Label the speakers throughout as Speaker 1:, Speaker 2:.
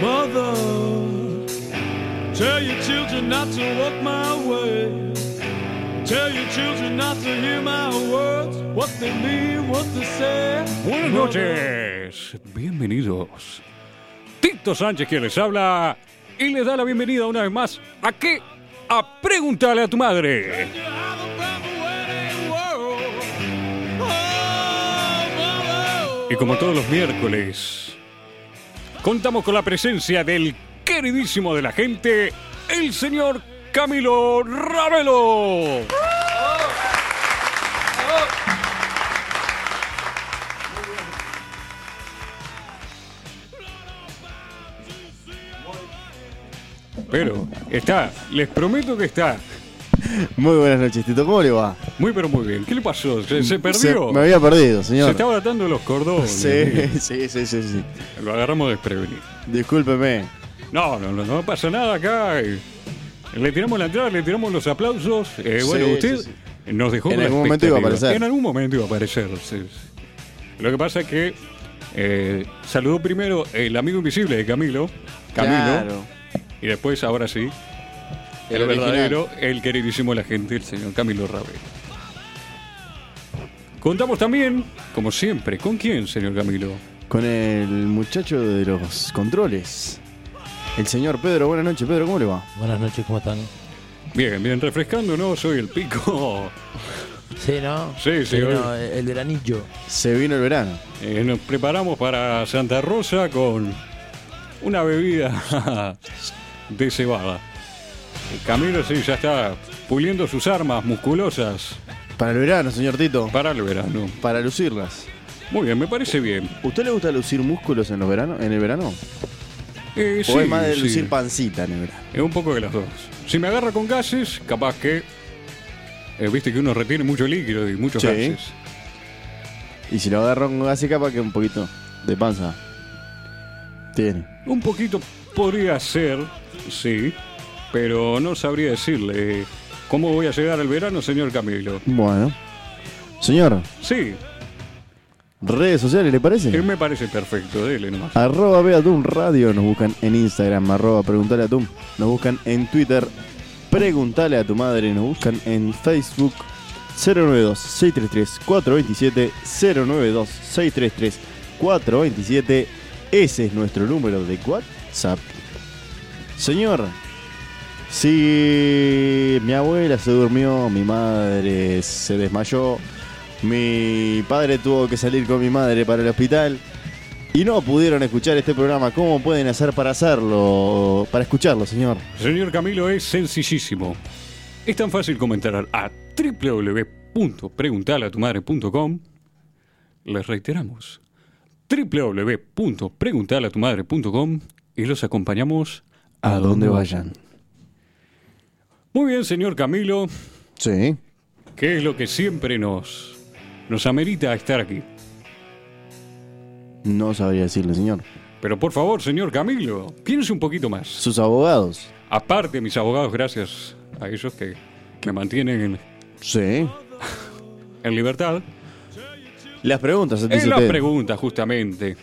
Speaker 1: Mother, tell your children not to walk my way. Tell your children not to hear my words, what they mean, what they say.
Speaker 2: Buenas noches, bienvenidos. Tito Sánchez que les habla y les da la bienvenida una vez más a qué? A Pregúntale a tu madre.
Speaker 1: You're out of breath, waiting world. Oh,
Speaker 2: Y como todos los miércoles, contamos con la presencia del queridísimo de la gente, el señor Camilo Ravelo. Pero está, les prometo que está.
Speaker 3: Muy buenas noches, Tito. ¿Cómo le va?
Speaker 2: Muy pero muy bien. ¿Qué le pasó? ¿Se, se perdió?
Speaker 3: Se- me había perdido,
Speaker 2: Se
Speaker 3: señor.
Speaker 2: estaba atando los cordones.
Speaker 3: Sí, sí, sí, sí, sí.
Speaker 2: Lo agarramos desprevenido.
Speaker 3: Discúlpeme.
Speaker 2: No, no, no, no pasa nada acá. eh, Le tiramos la entrada, le tiramos los aplausos. eh,
Speaker 3: Sí,
Speaker 2: bueno, usted
Speaker 3: sí,
Speaker 2: nos dejó
Speaker 3: En
Speaker 2: con la
Speaker 3: algún momento iba a
Speaker 2: expectativa.
Speaker 3: aparecer.
Speaker 2: En algún momento iba a aparecer. sí, sí. Lo que pasa es que eh, saludó primero el amigo invisible de Camilo, Camilo,
Speaker 3: Claro.
Speaker 2: y después, ahora sí, el,
Speaker 3: El original.
Speaker 2: verdadero, el queridísimo de la gente, el señor Camilo Rabel. Contamos también, como siempre, ¿con quién, señor Camilo?
Speaker 3: Con el muchacho de los controles. El señor Pedro. Buenas noches, Pedro. ¿Cómo le va?
Speaker 4: Buenas noches, ¿cómo están?
Speaker 2: Bien, bien, refrescando, ¿no? Soy el pico.
Speaker 4: Sí, ¿no? Eh,
Speaker 2: Sí, sí, hoy-
Speaker 4: no, el veranillo.
Speaker 3: Se vino el verano.
Speaker 2: Eh, nos preparamos para Santa Rosa con una bebida de cebada. Camilo sí, ya está puliendo sus armas musculosas
Speaker 3: Para el verano, señor Tito.
Speaker 2: para el verano.
Speaker 3: Para lucirlas.
Speaker 2: Muy bien, me parece bien.
Speaker 3: ¿Usted le gusta lucir músculos en, los verano, en el verano?
Speaker 2: Eh,
Speaker 3: ¿O es más de
Speaker 2: sí.
Speaker 3: lucir pancita en el verano?
Speaker 2: Es un poco de las dos. Si me agarra con gases, capaz que... eh, Viste que uno retiene mucho líquido y muchos
Speaker 3: Sí.
Speaker 2: gases.
Speaker 3: Y si lo agarro con gas capa que un poquito de panza. Tiene.
Speaker 2: Un poquito podría ser, sí, pero no sabría decirle eh, cómo voy a llegar al verano, señor Camilo.
Speaker 3: Bueno. Señor,
Speaker 2: Sí,
Speaker 3: redes sociales, ¿le parece?
Speaker 2: Eh, me parece perfecto, dele nomás.
Speaker 3: Arroba Beatum Radio nos buscan en Instagram, arroba Preguntale a Tum, nos buscan en Twitter, Preguntale a tu madre, nos buscan en Facebook 092-633-427, 092-633-427, ese es nuestro número de WhatsApp. Señor, si mi abuela se durmió, mi madre se desmayó, mi padre tuvo que salir con mi madre para el hospital, y no pudieron escuchar este programa, ¿cómo pueden hacer para hacerlo? Para escucharlo, señor.
Speaker 2: Señor Camilo, es sencillísimo. Es tan fácil como entrar a www.preguntalaatumadre.com. Les reiteramos, www.preguntalaatumadre.com y los acompañamos
Speaker 3: ¿A dónde vayan?
Speaker 2: Muy bien, señor Camilo,
Speaker 3: Sí.
Speaker 2: que es lo que siempre nos, nos amerita estar aquí.
Speaker 3: No sabría decirle, señor.
Speaker 2: Pero por favor, señor Camilo, piense un poquito más.
Speaker 3: Sus abogados.
Speaker 2: Aparte, mis abogados, gracias a ellos que me mantienen
Speaker 3: Sí.
Speaker 2: en libertad.
Speaker 3: Las preguntas, dice
Speaker 2: Es la
Speaker 3: usted.
Speaker 2: pregunta, justamente.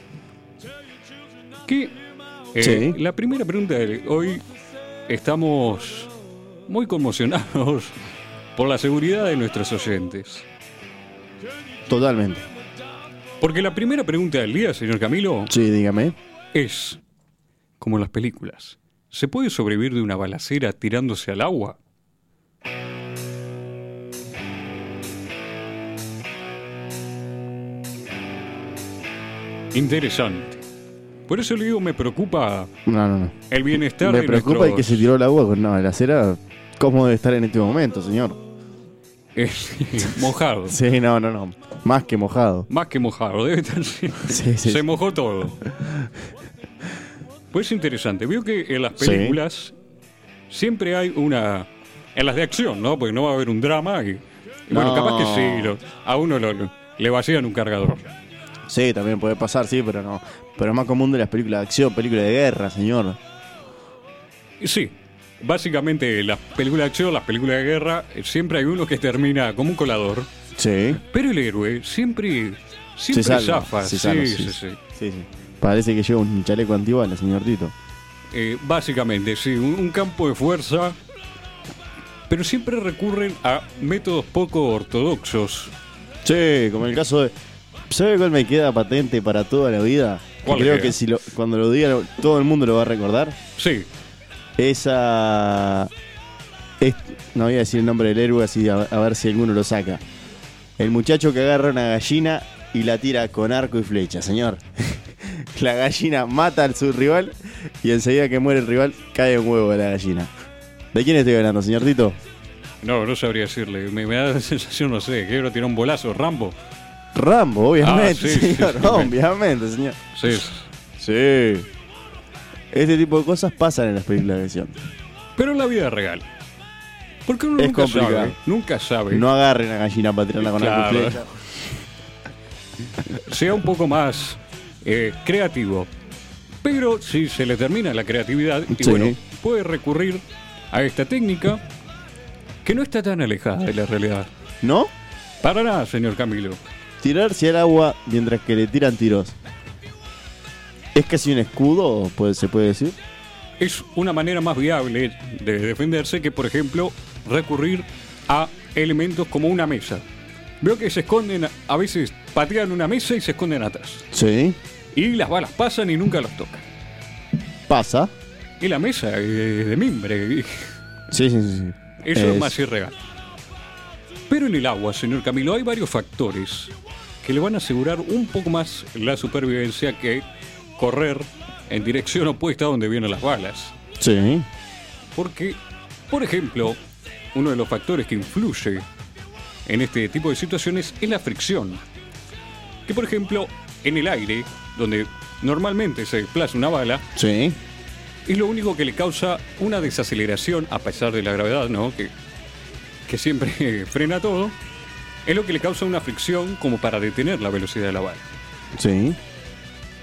Speaker 2: Que, eh,
Speaker 3: Sí.
Speaker 2: La primera pregunta de hoy estamos muy conmocionados por la seguridad de nuestros oyentes.
Speaker 3: Totalmente.
Speaker 2: Porque la primera pregunta del día, señor Camilo,
Speaker 3: Sí, dígame.
Speaker 2: es, como en las películas, ¿se puede sobrevivir de una balacera tirándose al agua? Interesante. Por eso le digo, me preocupa
Speaker 3: No, no, no.
Speaker 2: el bienestar
Speaker 3: Me
Speaker 2: de
Speaker 3: preocupa el que se
Speaker 2: nuestros-
Speaker 3: tiró el agua con una balacera. ¿Cómo debe estar en este momento, señor?
Speaker 2: eh, mojado.
Speaker 3: Sí, no, no, no. Más que mojado.
Speaker 2: Más que mojado, debe estar.
Speaker 3: Sí, sí.
Speaker 2: Se mojó todo. Pues interesante. Veo que en las
Speaker 3: Sí.
Speaker 2: películas siempre hay una. En las de acción, ¿no? Porque no va a haber un drama. Y, y bueno,
Speaker 3: No.
Speaker 2: capaz que sí. lo- a uno lo- lo- le vacían un cargador.
Speaker 3: Sí, también puede pasar, sí, pero no. Pero es más común de las películas de acción, películas de guerra, señor.
Speaker 2: Y sí. Básicamente, las películas de acción, las películas de guerra, eh, siempre hay uno que termina como un colador.
Speaker 3: Sí.
Speaker 2: Pero el héroe siempre. Siempre
Speaker 3: Se salva.
Speaker 2: zafa.
Speaker 3: se
Speaker 2: sí,
Speaker 3: salva,
Speaker 2: sí, sí.
Speaker 3: Sí, sí. Parece que lleva un chaleco antibalas, señor Tito.
Speaker 2: Eh, básicamente, sí, un, un campo de fuerza, pero siempre recurren a métodos poco ortodoxos.
Speaker 3: Sí, como el caso de. ¿Sabe cuál me queda patente para toda la vida? Que
Speaker 2: ¿Cuál
Speaker 3: Creo
Speaker 2: queda?
Speaker 3: que si lo- cuando lo diga lo- todo el mundo lo va a recordar.
Speaker 2: Sí,
Speaker 3: Esa. es- no voy a decir el nombre del héroe, así a, a ver si alguno lo saca. El muchacho que agarra una gallina y la tira con arco y flecha, señor. la gallina mata a su rival y enseguida que muere el rival cae un huevo de la gallina. ¿De quién estoy hablando, señor Tito?
Speaker 2: no, no sabría decirle. Me, me da la sensación, no sé, que ahora tiene un bolazo, Rambo.
Speaker 3: Rambo, obviamente,
Speaker 2: Ah, sí, sí,
Speaker 3: señor.
Speaker 2: sí, sí.
Speaker 3: obviamente, señor.
Speaker 2: Sí, es-
Speaker 3: Sí. Este tipo de cosas pasan en las películas de acción.
Speaker 2: pero en la vida real. Porque uno
Speaker 3: Es
Speaker 2: nunca
Speaker 3: complicado.
Speaker 2: sabe. Nunca sabe.
Speaker 3: No agarren a gallina para tirarla con arco y
Speaker 2: Pues Claro.
Speaker 3: flecha.
Speaker 2: sea un poco más eh, creativo. Pero si se le termina la creatividad, y
Speaker 3: Sí.
Speaker 2: bueno, puede recurrir a esta técnica que no está tan alejada de la realidad.
Speaker 3: ¿No?
Speaker 2: Para nada, señor Camilo.
Speaker 3: Tirarse al agua mientras que le tiran tiros. ¿Es casi un escudo, puede- se puede decir?
Speaker 2: Es una manera más viable de defenderse que, por ejemplo, recurrir a elementos como una mesa. Veo que se esconden, a- a veces patean una mesa y se esconden atrás.
Speaker 3: Sí.
Speaker 2: Y las balas pasan y nunca los tocan.
Speaker 3: Pasa.
Speaker 2: Y la mesa eh, de mimbre.
Speaker 3: Sí, sí, sí. sí.
Speaker 2: Eso es más irreal. Pero en el agua, señor Camilo, hay varios factores que le van a asegurar un poco más la supervivencia que correr en dirección opuesta a donde vienen las balas.
Speaker 3: Sí.
Speaker 2: Porque, por ejemplo, uno de los factores que influye en este tipo de situaciones es la fricción. Que, por ejemplo, en el aire, donde normalmente se desplaza una bala,
Speaker 3: Sí.
Speaker 2: es lo único que le causa una desaceleración, a pesar de la gravedad, ¿no? Que, que siempre eh, frena todo. Es lo que le causa una fricción como para detener la velocidad de la bala.
Speaker 3: Sí.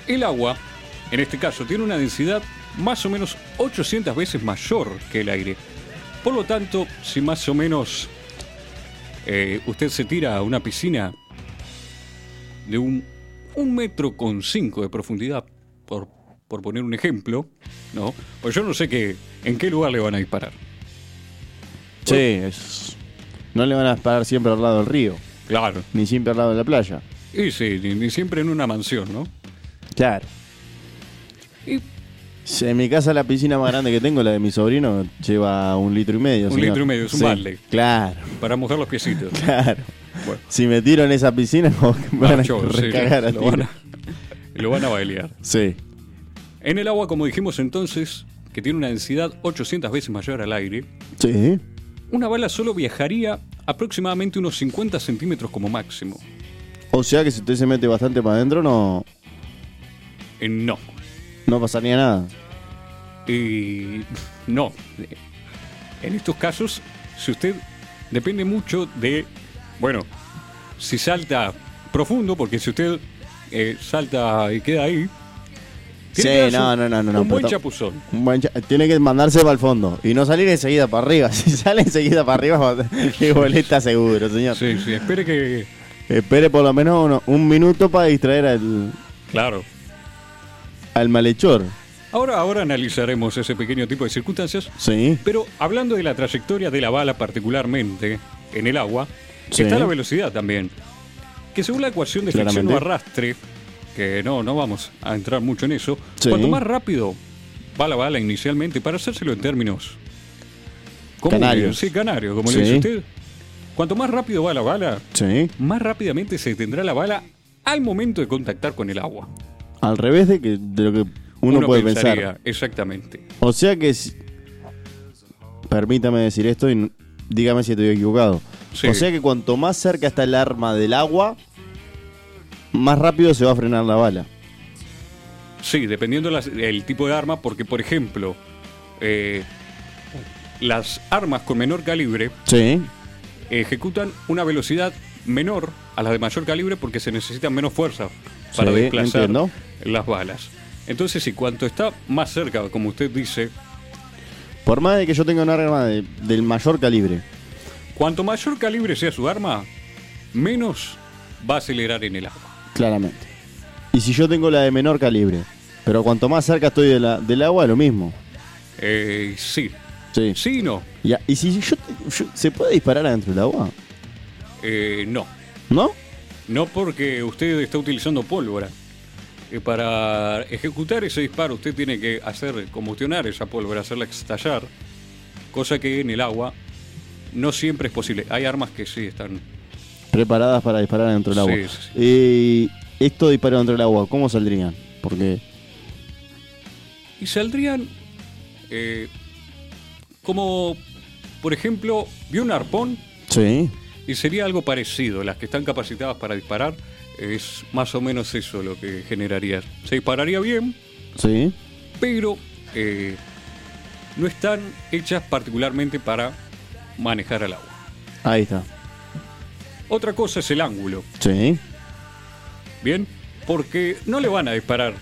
Speaker 2: El agua, en este caso, tiene una densidad más o menos 800 veces mayor que el aire. Por lo tanto, si más o menos eh, usted se tira a una piscina de un, un metro con cinco de profundidad, por, por poner un ejemplo, ¿no? Pues yo no sé qué, en qué lugar le van a disparar.
Speaker 3: Sí. es- No le van a parar siempre al lado del río,
Speaker 2: Claro.
Speaker 3: ni siempre al lado de la playa.
Speaker 2: Y sí, ni, ni siempre en una mansión, ¿no?
Speaker 3: Claro.
Speaker 2: Y
Speaker 3: Sí, En mi casa la piscina más grande que tengo, la de mi sobrino, lleva un litro y medio.
Speaker 2: Un
Speaker 3: señor.
Speaker 2: litro y medio, es un balde.
Speaker 3: Claro,
Speaker 2: para mojar los piecitos.
Speaker 3: claro.
Speaker 2: Bueno.
Speaker 3: Si me tiro en esa piscina, me van a
Speaker 2: Nacho, sí,
Speaker 3: recagar a
Speaker 2: lo, van
Speaker 3: tiro.
Speaker 2: a, lo van a bailear.
Speaker 3: Sí,
Speaker 2: En el agua, como dijimos entonces, que tiene una densidad 800 veces mayor al aire,
Speaker 3: sí.
Speaker 2: una bala solo viajaría aproximadamente unos 50 centímetros como máximo.
Speaker 3: O sea que si usted se mete bastante para adentro, no,
Speaker 2: Eh, no.
Speaker 3: no pasaría nada.
Speaker 2: Y Eh, no. En estos casos, si usted depende mucho de, bueno, si salta profundo, porque si usted eh, salta y queda ahí, tiene
Speaker 3: Sí,
Speaker 2: que darse
Speaker 3: no,
Speaker 2: un-
Speaker 3: no, no, no, no,
Speaker 2: un buen
Speaker 3: pero-
Speaker 2: chapuzón.
Speaker 3: Un buen cha- Tiene que mandarse para el fondo y no salir enseguida para arriba. Si sale enseguida para arriba, es boleta seguro, señor.
Speaker 2: Sí, sí, espere que
Speaker 3: Espere por lo menos uno- un minuto para distraer al,
Speaker 2: Claro.
Speaker 3: al malhechor.
Speaker 2: Ahora, ahora analizaremos ese pequeño tipo de circunstancias,
Speaker 3: Sí,
Speaker 2: pero hablando de la trayectoria de la bala particularmente en el agua,
Speaker 3: Sí.
Speaker 2: está la velocidad también, que según la ecuación de fricción o
Speaker 3: Claramente.
Speaker 2: arrastre, que no, no vamos a entrar mucho en eso,
Speaker 3: Sí.
Speaker 2: cuanto más rápido va la bala inicialmente, para hacérselo en términos comunes,
Speaker 3: Canarios.
Speaker 2: sí, canarios, como
Speaker 3: Sí.
Speaker 2: le dice usted, cuanto más rápido va la bala,
Speaker 3: sí.
Speaker 2: más rápidamente se detendrá la bala al momento de contactar con el agua.
Speaker 3: Al revés de, que, de lo que uno, puede pensar.
Speaker 2: pensaría, Exactamente.
Speaker 3: O sea que. si- Permítame decir esto y n- dígame si estoy equivocado.
Speaker 2: Sí.
Speaker 3: O sea que cuanto más cerca está el arma del agua, más rápido se va a frenar la bala.
Speaker 2: Sí, dependiendo las- el tipo de arma, porque por ejemplo, eh, las armas con menor calibre
Speaker 3: Sí.
Speaker 2: ejecutan una velocidad menor a las de mayor calibre porque se necesitan menos fuerza para
Speaker 3: Sí,
Speaker 2: desplazar
Speaker 3: entiendo.
Speaker 2: las balas. Entonces, si cuanto está más cerca, como usted dice,
Speaker 3: Por más de que yo tenga un arma de- del mayor calibre.
Speaker 2: cuanto mayor calibre sea su arma, menos va a acelerar en el agua.
Speaker 3: Claramente. Y si yo tengo la de menor calibre. Pero cuanto más cerca estoy de la- del agua, lo mismo.
Speaker 2: Eh, sí.
Speaker 3: Sí.
Speaker 2: Sí y no.
Speaker 3: Y, a- y si yo, te- yo- ¿Se puede disparar adentro del agua?
Speaker 2: Eh, no.
Speaker 3: ¿No?
Speaker 2: No porque usted está utilizando pólvora. Eh, para ejecutar ese disparo usted tiene que hacer combustionar esa pólvora, hacerla estallar, cosa que en el agua no siempre es posible. Hay armas que sí están.
Speaker 3: Preparadas para disparar adentro del
Speaker 2: Sí,
Speaker 3: agua.
Speaker 2: sí, sí.
Speaker 3: Eh, esto disparado dentro del agua, ¿cómo saldrían? Porque.
Speaker 2: Y saldrían eh, como, por ejemplo, vio un arpón
Speaker 3: Sí.
Speaker 2: y sería algo parecido. Las que están capacitadas para disparar es más o menos eso lo que generaría. Se dispararía bien,
Speaker 3: Sí.
Speaker 2: pero eh, no están hechas particularmente para manejar al agua.
Speaker 3: Ahí está.
Speaker 2: Otra cosa es el ángulo,
Speaker 3: Sí.
Speaker 2: ¿bien? Porque no le van a disparar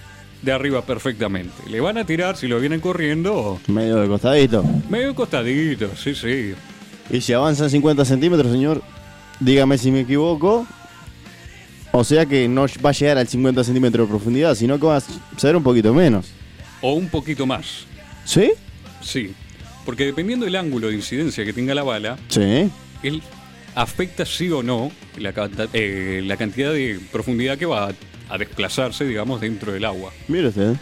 Speaker 2: de arriba perfectamente. Le van a tirar si lo vienen corriendo
Speaker 3: Medio de costadito.
Speaker 2: medio costadito, sí, sí.
Speaker 3: Y si avanzan 50 centímetros, señor, dígame si me equivoco. O sea que no va a llegar al 50 centímetros de profundidad, sino que va a ser un poquito menos.
Speaker 2: O un poquito más,
Speaker 3: ¿Sí?
Speaker 2: sí. Porque dependiendo del ángulo de incidencia que tenga la bala,
Speaker 3: Sí.
Speaker 2: él afecta sí o no la, canta- eh, la cantidad de profundidad que va a- a desplazarse, digamos, dentro del agua.
Speaker 3: Mire usted.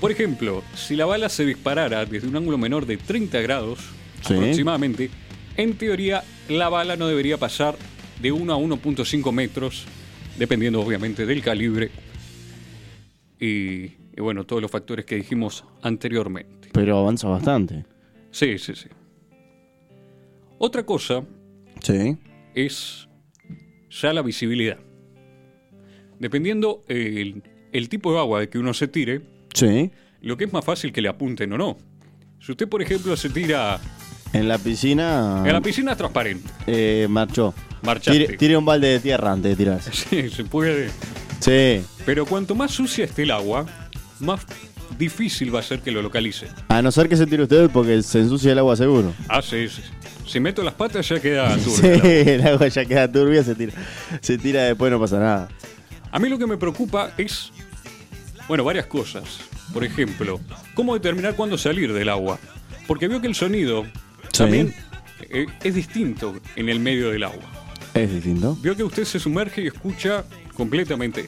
Speaker 2: Por ejemplo, si la bala se disparara desde un ángulo menor de 30 grados
Speaker 3: Sí.
Speaker 2: aproximadamente, en teoría la bala no debería pasar de 1 a 1.5 metros, dependiendo obviamente del calibre y, y, bueno, todos los factores que dijimos anteriormente.
Speaker 3: Pero avanza bastante.
Speaker 2: Sí, sí, sí. Otra cosa
Speaker 3: Sí.
Speaker 2: es ya la visibilidad. Dependiendo eh, el, el tipo de agua de que uno se tire,
Speaker 3: Sí.
Speaker 2: lo que es más fácil que le apunten o no. Si usted, por ejemplo, se tira
Speaker 3: En la piscina.
Speaker 2: en la piscina transparente,
Speaker 3: eh, marchó.
Speaker 2: Marchaste.
Speaker 3: Tire, tire un balde de tierra antes de tirarse.
Speaker 2: sí, se puede.
Speaker 3: Sí.
Speaker 2: Pero cuanto más sucia esté el agua, más difícil va a ser que lo localice.
Speaker 3: A no ser que se tire usted porque se ensucia el agua seguro.
Speaker 2: Ah, sí, sí. Si meto las patas ya queda
Speaker 3: Sí,
Speaker 2: turbio.
Speaker 3: el agua ya queda turbia, se tira. Se tira después, no pasa nada.
Speaker 2: A mí lo que me preocupa es, bueno, varias cosas. Por ejemplo, cómo determinar cuándo salir del agua. Porque veo que el sonido
Speaker 3: Sí.
Speaker 2: también eh, es distinto en el medio del agua.
Speaker 3: Es distinto.
Speaker 2: Vio que usted se sumerge y escucha completamente.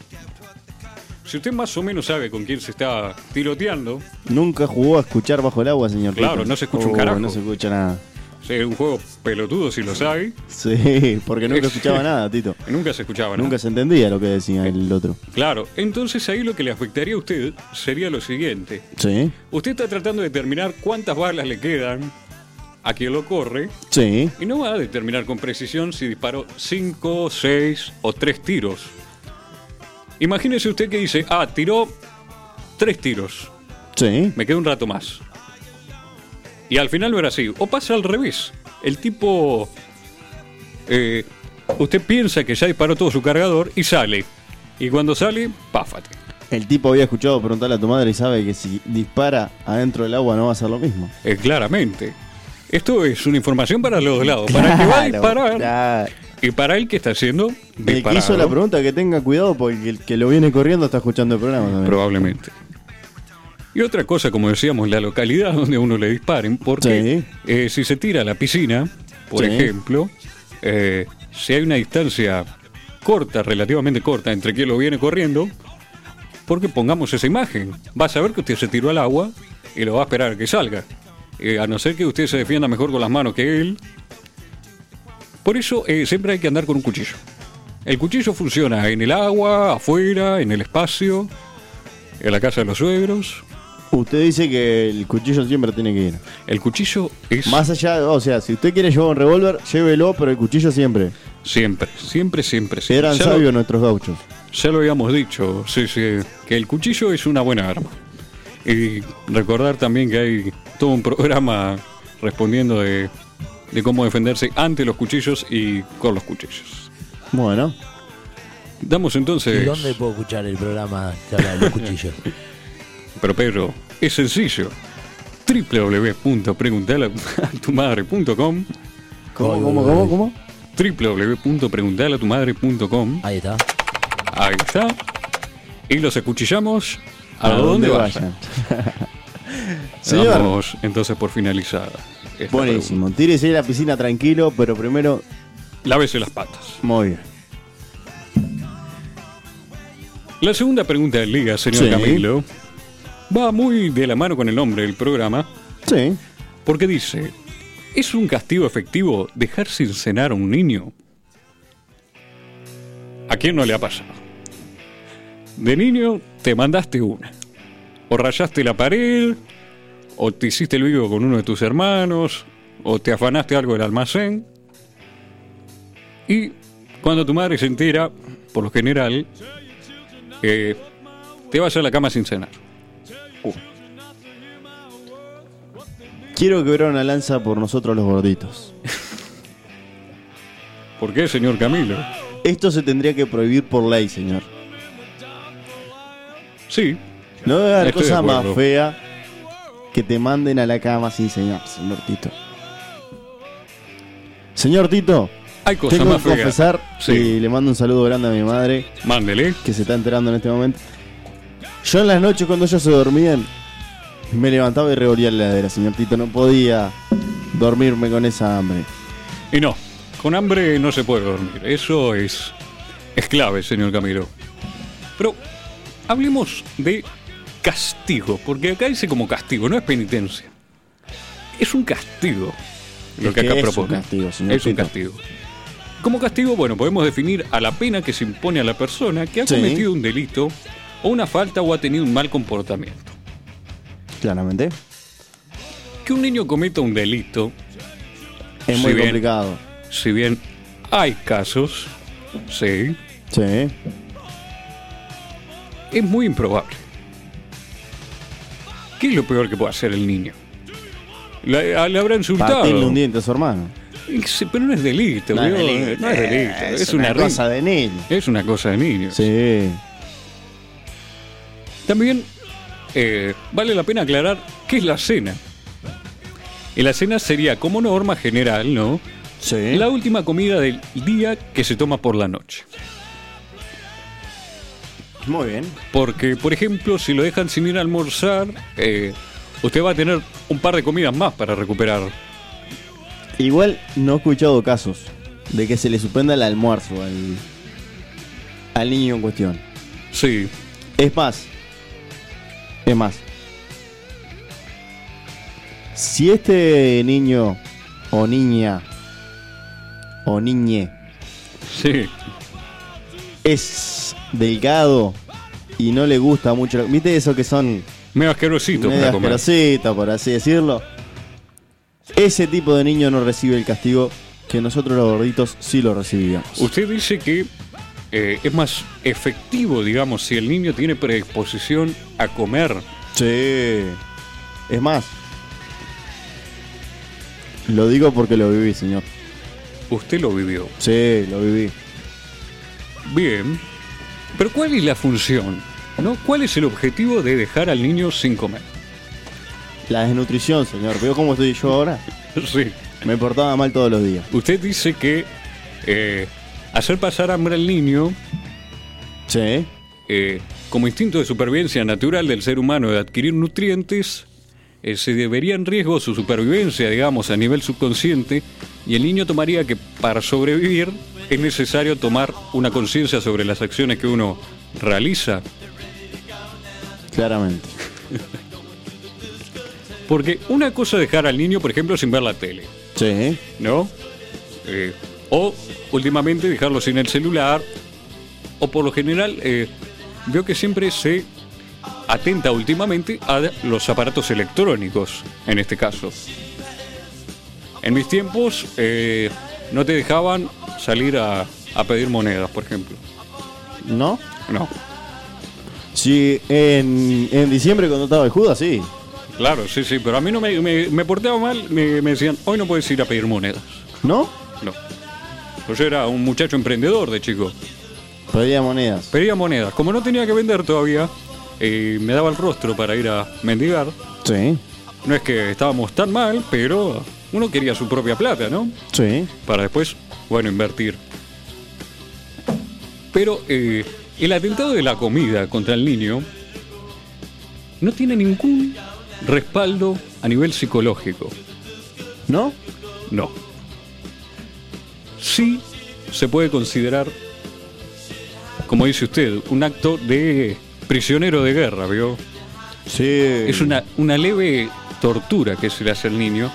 Speaker 2: Si usted más o menos sabe con quién se está tiroteando,
Speaker 3: Nunca jugó a escuchar bajo el agua, señor.
Speaker 2: Claro,
Speaker 3: Pico.
Speaker 2: no se escucha un carajo.
Speaker 3: No se escucha nada.
Speaker 2: si es un juego pelotudo si lo sabe,
Speaker 3: Sí, porque nunca escuchaba nada, Tito.
Speaker 2: nunca se escuchaba. ¿no?
Speaker 3: Nunca se entendía lo que decía el otro.
Speaker 2: Claro, entonces ahí lo que le afectaría a usted sería lo siguiente.
Speaker 3: Sí,
Speaker 2: Usted está tratando de determinar cuántas balas le quedan a quien lo corre
Speaker 3: sí.
Speaker 2: y no va a determinar con precisión si disparó 5, 6 o 3 tiros. Imagínese usted que dice, ah, tiró 3 tiros.
Speaker 3: Sí,
Speaker 2: me quedo un rato más. Y al final no era así. O pasa al revés. El tipo... eh, usted piensa que ya disparó todo su cargador y sale. Y cuando sale, páfate.
Speaker 3: el tipo había escuchado preguntarle a tu madre y sabe que si dispara adentro del agua no va a ser lo mismo.
Speaker 2: Eh, claramente. Esto es una información para los dos lados. Para el que va a disparar
Speaker 3: claro.
Speaker 2: y para el que está haciendo
Speaker 3: El que hizo
Speaker 2: disparado.
Speaker 3: la pregunta que tenga cuidado porque el que lo viene corriendo está escuchando el programa también.
Speaker 2: probablemente. Y otra cosa, como decíamos, la localidad donde a uno le disparen, porque eh, si se tira a la piscina, por
Speaker 3: Sí.
Speaker 2: ejemplo, eh, si hay una distancia corta, relativamente corta, entre quien lo viene corriendo, porque pongamos esa imagen, va a saber que usted se tiró al agua y lo va a esperar a que salga. Eh, a no ser que usted se defienda mejor con las manos que él. Por eso eh, siempre hay que andar con un cuchillo. El cuchillo funciona en el agua, afuera, en el espacio, en la casa de los suegros.
Speaker 3: Usted dice que el cuchillo siempre tiene que ir.
Speaker 2: El cuchillo es
Speaker 3: Más allá, o sea, si usted quiere llevar un revólver, llévelo, pero el cuchillo siempre.
Speaker 2: siempre, siempre, siempre. siempre.
Speaker 3: Eran
Speaker 2: ya,
Speaker 3: sabios nuestros gauchos.
Speaker 2: Lo, ya lo habíamos dicho, sí, sí, que el cuchillo es una buena arma. Y recordar también que hay todo un programa respondiendo de, de cómo defenderse ante los cuchillos y con los cuchillos.
Speaker 3: Bueno,
Speaker 2: Damos entonces...
Speaker 4: ¿Y dónde puedo escuchar el programa que habla de los cuchillos?
Speaker 2: Pero Pedro, es sencillo. www.preguntalaatumadre.com
Speaker 3: ¿Cómo,
Speaker 4: Ay,
Speaker 3: cómo,
Speaker 4: ay,
Speaker 3: cómo,
Speaker 4: ay.
Speaker 3: cómo?
Speaker 2: www.preguntalaatumadre.com
Speaker 4: Ahí está.
Speaker 2: Ahí está. Y los escuchillamos a, donde vayan.
Speaker 3: Señor.
Speaker 2: Damos entonces por finalizada. esta
Speaker 3: Buenísimo. Tírese a la piscina tranquilo, pero primero,
Speaker 2: pregunta. Lávese las patas.
Speaker 3: muy bien.
Speaker 2: La segunda pregunta del Liga, señor
Speaker 3: Sí.
Speaker 2: Camilo, va muy de la mano con el nombre del programa,
Speaker 3: Sí.
Speaker 2: porque dice: ¿Es un castigo efectivo dejar sin cenar a un niño? ¿A quién no le ha pasado? De niño te mandaste una. O rayaste la pared, o te hiciste el vivo con uno de tus hermanos, o te afanaste algo del almacén. Y cuando tu madre se entera, por lo general, eh, te vas a la cama sin cenar.
Speaker 3: Quiero quebrar una lanza por nosotros los gorditos.
Speaker 2: ¿Por qué, señor Camilo?
Speaker 3: Esto se tendría que prohibir por ley, señor.
Speaker 2: Sí,
Speaker 3: No debe haber
Speaker 2: Estoy de
Speaker 3: cosa más
Speaker 2: acuerdo.
Speaker 3: fea que te manden a la cama sin señal, señor Tito. Señor Tito,
Speaker 2: hay cosas
Speaker 3: tengo
Speaker 2: más
Speaker 3: que
Speaker 2: feas.
Speaker 3: confesar
Speaker 2: Sí.
Speaker 3: y le mando un saludo grande a mi madre
Speaker 2: Mándele.
Speaker 3: que se está enterando en este momento. Yo en las noches cuando ellos se dormían me levantaba y revolía la heladera, señor Tito. No podía dormirme con esa hambre.
Speaker 2: Y no, con hambre no se puede dormir. Eso es, es clave, señor Camilo. Pero hablemos de castigo, porque acá dice como castigo, no es penitencia. Es un castigo lo
Speaker 3: Es
Speaker 2: que acá
Speaker 3: que es un
Speaker 2: propone.
Speaker 3: castigo, señor
Speaker 2: Es un
Speaker 3: Tito.
Speaker 2: castigo. Como castigo, bueno, podemos definir a la pena que se impone a la persona que ha
Speaker 3: Sí.
Speaker 2: cometido un delito o una falta o ha tenido un mal comportamiento.
Speaker 3: Claramente.
Speaker 2: Que un niño cometa un delito
Speaker 3: Es
Speaker 2: Sí,
Speaker 3: muy
Speaker 2: bien.
Speaker 3: complicado.
Speaker 2: si bien hay casos, sí,
Speaker 3: Sí.
Speaker 2: es muy improbable. ¿Qué es lo peor que puede hacer el niño? Le, a- le habrá insultado.
Speaker 3: Partirle un diente a su hermano.
Speaker 2: Sí, Pero no es delito,
Speaker 3: No es
Speaker 2: viejo,
Speaker 3: delito,
Speaker 2: no es delito,
Speaker 3: eh,
Speaker 2: Es, una,
Speaker 3: cosa
Speaker 2: cosa.
Speaker 3: de niño.
Speaker 2: Es una cosa de niño.
Speaker 3: Sí.
Speaker 2: También eh, vale la pena aclarar qué es la cena. Y la cena sería como norma general, ¿no?
Speaker 3: Sí.
Speaker 2: La última comida del día que se toma por la noche.
Speaker 3: Muy bien.
Speaker 2: Porque, por ejemplo, si lo dejan sin ir a almorzar, eh, usted va a tener un par de comidas más para recuperar.
Speaker 3: Igual no he escuchado casos de que se le suspenda el almuerzo al, al niño en cuestión.
Speaker 2: Sí,
Speaker 3: Es más, es más. Si este niño o niña o niñe
Speaker 2: sí.
Speaker 3: es delgado y no le gusta mucho, la- ¿viste eso que son
Speaker 2: Medio asquerosito
Speaker 3: medio
Speaker 2: para comer.
Speaker 3: asquerosita, por así decirlo. Ese tipo de niño no recibe el castigo que nosotros los gorditos sí lo recibíamos.
Speaker 2: Usted dice que eh, es más efectivo, digamos, si el niño tiene predisposición a comer.
Speaker 3: Sí. Es más, lo digo porque lo viví, señor.
Speaker 2: Usted lo vivió.
Speaker 3: Sí, lo viví.
Speaker 2: Bien. Pero ¿cuál es la función? ¿No? ¿Cuál es el objetivo de dejar al niño sin comer?
Speaker 3: La desnutrición, señor. ¿Veo cómo estoy yo ahora?
Speaker 2: Sí.
Speaker 3: Me portaba mal todos los días.
Speaker 2: Usted dice que eh, hacer pasar hambre al niño
Speaker 3: Sí.
Speaker 2: eh, como instinto de supervivencia natural del ser humano de adquirir nutrientes, eh, se debería en riesgo su supervivencia, digamos, a nivel subconsciente, y el niño tomaría que para sobrevivir es necesario tomar una conciencia sobre las acciones que uno realiza,
Speaker 3: Claramente.
Speaker 2: porque una cosa es dejar al niño, por ejemplo, sin ver la tele,
Speaker 3: Sí.
Speaker 2: ¿no? Eh, o últimamente dejarlo sin el celular, o por lo general eh, veo que siempre se atenta últimamente a los aparatos electrónicos, en este caso. En mis tiempos eh, no te dejaban salir a, a pedir monedas, por ejemplo.
Speaker 3: ¿No?
Speaker 2: No,
Speaker 3: Sí, en, en diciembre cuando estaba el Judas, sí.
Speaker 2: claro, sí, sí, pero a mí no me, me, me portaba mal, me, me decían, hoy no puedes ir a pedir monedas.
Speaker 3: ¿No?
Speaker 2: No. Pues yo era un muchacho emprendedor de chico.
Speaker 3: Pedía monedas.
Speaker 2: Pedía monedas. Como no tenía que vender todavía, eh, me daba el rostro para ir a mendigar.
Speaker 3: Sí.
Speaker 2: No es que estábamos tan mal, pero uno quería su propia plata, ¿no?
Speaker 3: Sí.
Speaker 2: Para después, bueno, invertir. Pero eh, el atentado de la comida contra el niño no tiene ningún respaldo a nivel psicológico.
Speaker 3: ¿No?
Speaker 2: No. Sí se puede considerar, como dice usted, un acto de prisionero de guerra, ¿vio?
Speaker 3: Sí.
Speaker 2: Es una, una leve tortura que se le hace al niño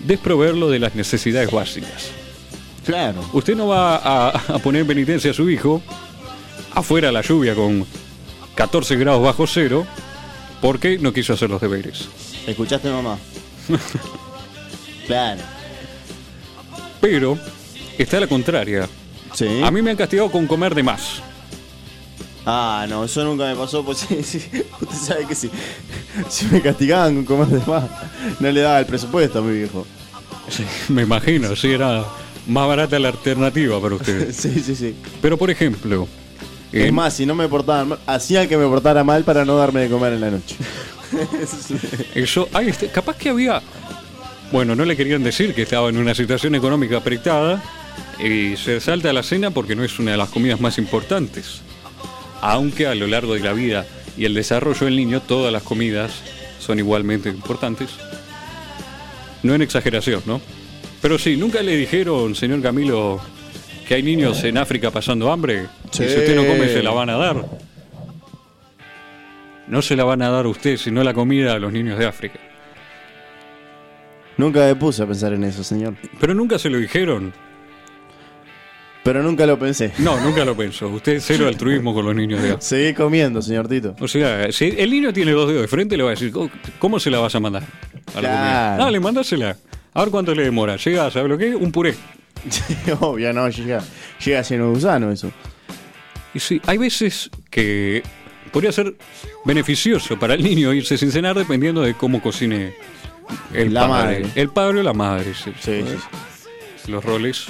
Speaker 2: desproveerlo de las necesidades básicas.
Speaker 3: Claro.
Speaker 2: Usted no va a, a poner en penitencia a su hijo afuera a la lluvia con 14 grados bajo cero porque no quiso hacer los deberes.
Speaker 3: ¿Escuchaste, mamá? claro.
Speaker 2: Pero está la contraria.
Speaker 3: Sí.
Speaker 2: A mí me han castigado con comer de más.
Speaker 3: Ah, no, eso nunca me pasó, pues sí, sí, usted sabe que sí. Si me castigaban con comer de más, no le daba el presupuesto a mi viejo.
Speaker 2: Sí, me imagino, sí, era más barata la alternativa para ustedes.
Speaker 3: Sí, Eh. sí, sí.
Speaker 2: Pero por ejemplo,
Speaker 3: Es
Speaker 2: en-
Speaker 3: más, si no me portaban mal, hacía que me portara mal para no darme de comer en la noche.
Speaker 2: Eso, ahí está. capaz que había. Bueno, no le querían decir que estaba en una situación económica apretada y se salta a la cena porque no es una de las comidas más importantes. Aunque a lo largo de la vida y el desarrollo del niño, todas las comidas son igualmente importantes. No en exageración, ¿no? Pero sí, nunca le dijeron, señor Camilo, que hay niños en África pasando hambre.
Speaker 3: Sí.
Speaker 2: Y si usted no come, se la van a dar. No se la van a dar a usted, sino la comida a los niños de África.
Speaker 3: Nunca me puse a pensar en eso, señor.
Speaker 2: Pero nunca se lo dijeron.
Speaker 3: Pero nunca lo pensé.
Speaker 2: No, nunca lo pensó. Usted cero altruismo con los niños de África.
Speaker 3: Seguí comiendo, señor Tito.
Speaker 2: O sea, si el niño tiene dos dedos de frente, le va a decir, "¿Cómo- ¿cómo se la vas a mandar? A la comida?
Speaker 3: Claro.
Speaker 2: Dale, mandásela. A ver cuánto le demora. Llega, ¿sabe lo que? Un puré.
Speaker 3: Obvio, no, llega, llega lleno de gusano eso.
Speaker 2: Y sí, hay veces que podría ser beneficioso para el niño irse sin cenar dependiendo de cómo cocine el
Speaker 3: La
Speaker 2: padre.
Speaker 3: madre.
Speaker 2: El padre o la madre. sí,
Speaker 3: Sí, sí,
Speaker 2: Los roles.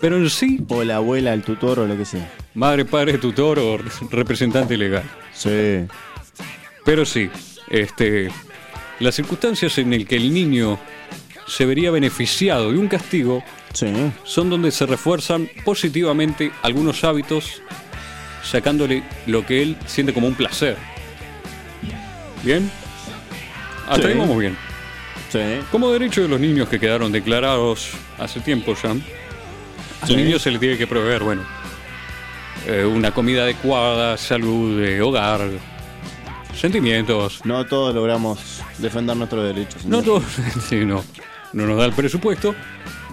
Speaker 2: Pero en sí,
Speaker 3: O la abuela, el tutor o lo que sea.
Speaker 2: madre, padre, tutor o representante legal.
Speaker 3: Sí.
Speaker 2: Pero sí, este, las circunstancias en las que el niño se vería beneficiado de un castigo
Speaker 3: Sí.
Speaker 2: son donde se refuerzan positivamente algunos hábitos, sacándole lo que él siente como un placer. ¿Bien? Hasta ahí
Speaker 3: Sí.
Speaker 2: vamos bien.
Speaker 3: Sí.
Speaker 2: Como derecho de los niños que quedaron declarados hace tiempo ya, al
Speaker 3: Sí.
Speaker 2: niño se le tiene que proveer, bueno, eh, una comida adecuada, salud, eh, hogar, sentimientos,
Speaker 3: No todos logramos defender nuestros derechos.
Speaker 2: No
Speaker 3: señor.
Speaker 2: todo, sí, no. No nos da el presupuesto.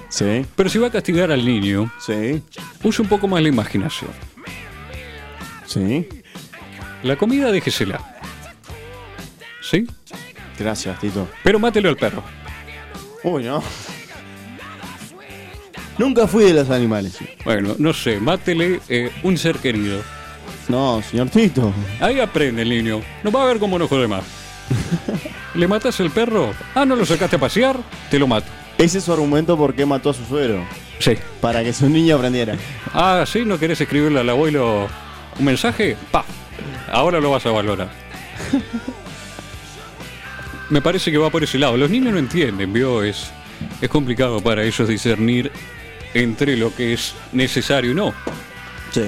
Speaker 3: Sí.
Speaker 2: Pero si va a castigar al niño,
Speaker 3: Sí.
Speaker 2: use un poco más la imaginación.
Speaker 3: Sí.
Speaker 2: La comida déjesela. ¿Sí?
Speaker 3: Gracias, Tito.
Speaker 2: Pero mátelo al perro.
Speaker 3: Uy, no. Nunca fui de los animales.
Speaker 2: Bueno, no sé, mátele eh, un ser querido.
Speaker 3: No, señor Tito.
Speaker 2: Ahí aprende el niño. No va a ver cómo no jode más. ¿Le matas el perro? Ah, ¿no lo sacaste a pasear? Te lo mato.
Speaker 3: Ese es su argumento por qué mató a su suegro.
Speaker 2: Sí.
Speaker 3: Para que su niño aprendiera.
Speaker 2: Ah, ¿sí? ¿No querés escribirle al abuelo un mensaje? Pa. Ahora lo vas a valorar. Me parece que va por ese lado. Los niños no entienden, ¿vio? Es, es complicado para ellos discernir entre lo que es necesario y no.
Speaker 3: Sí.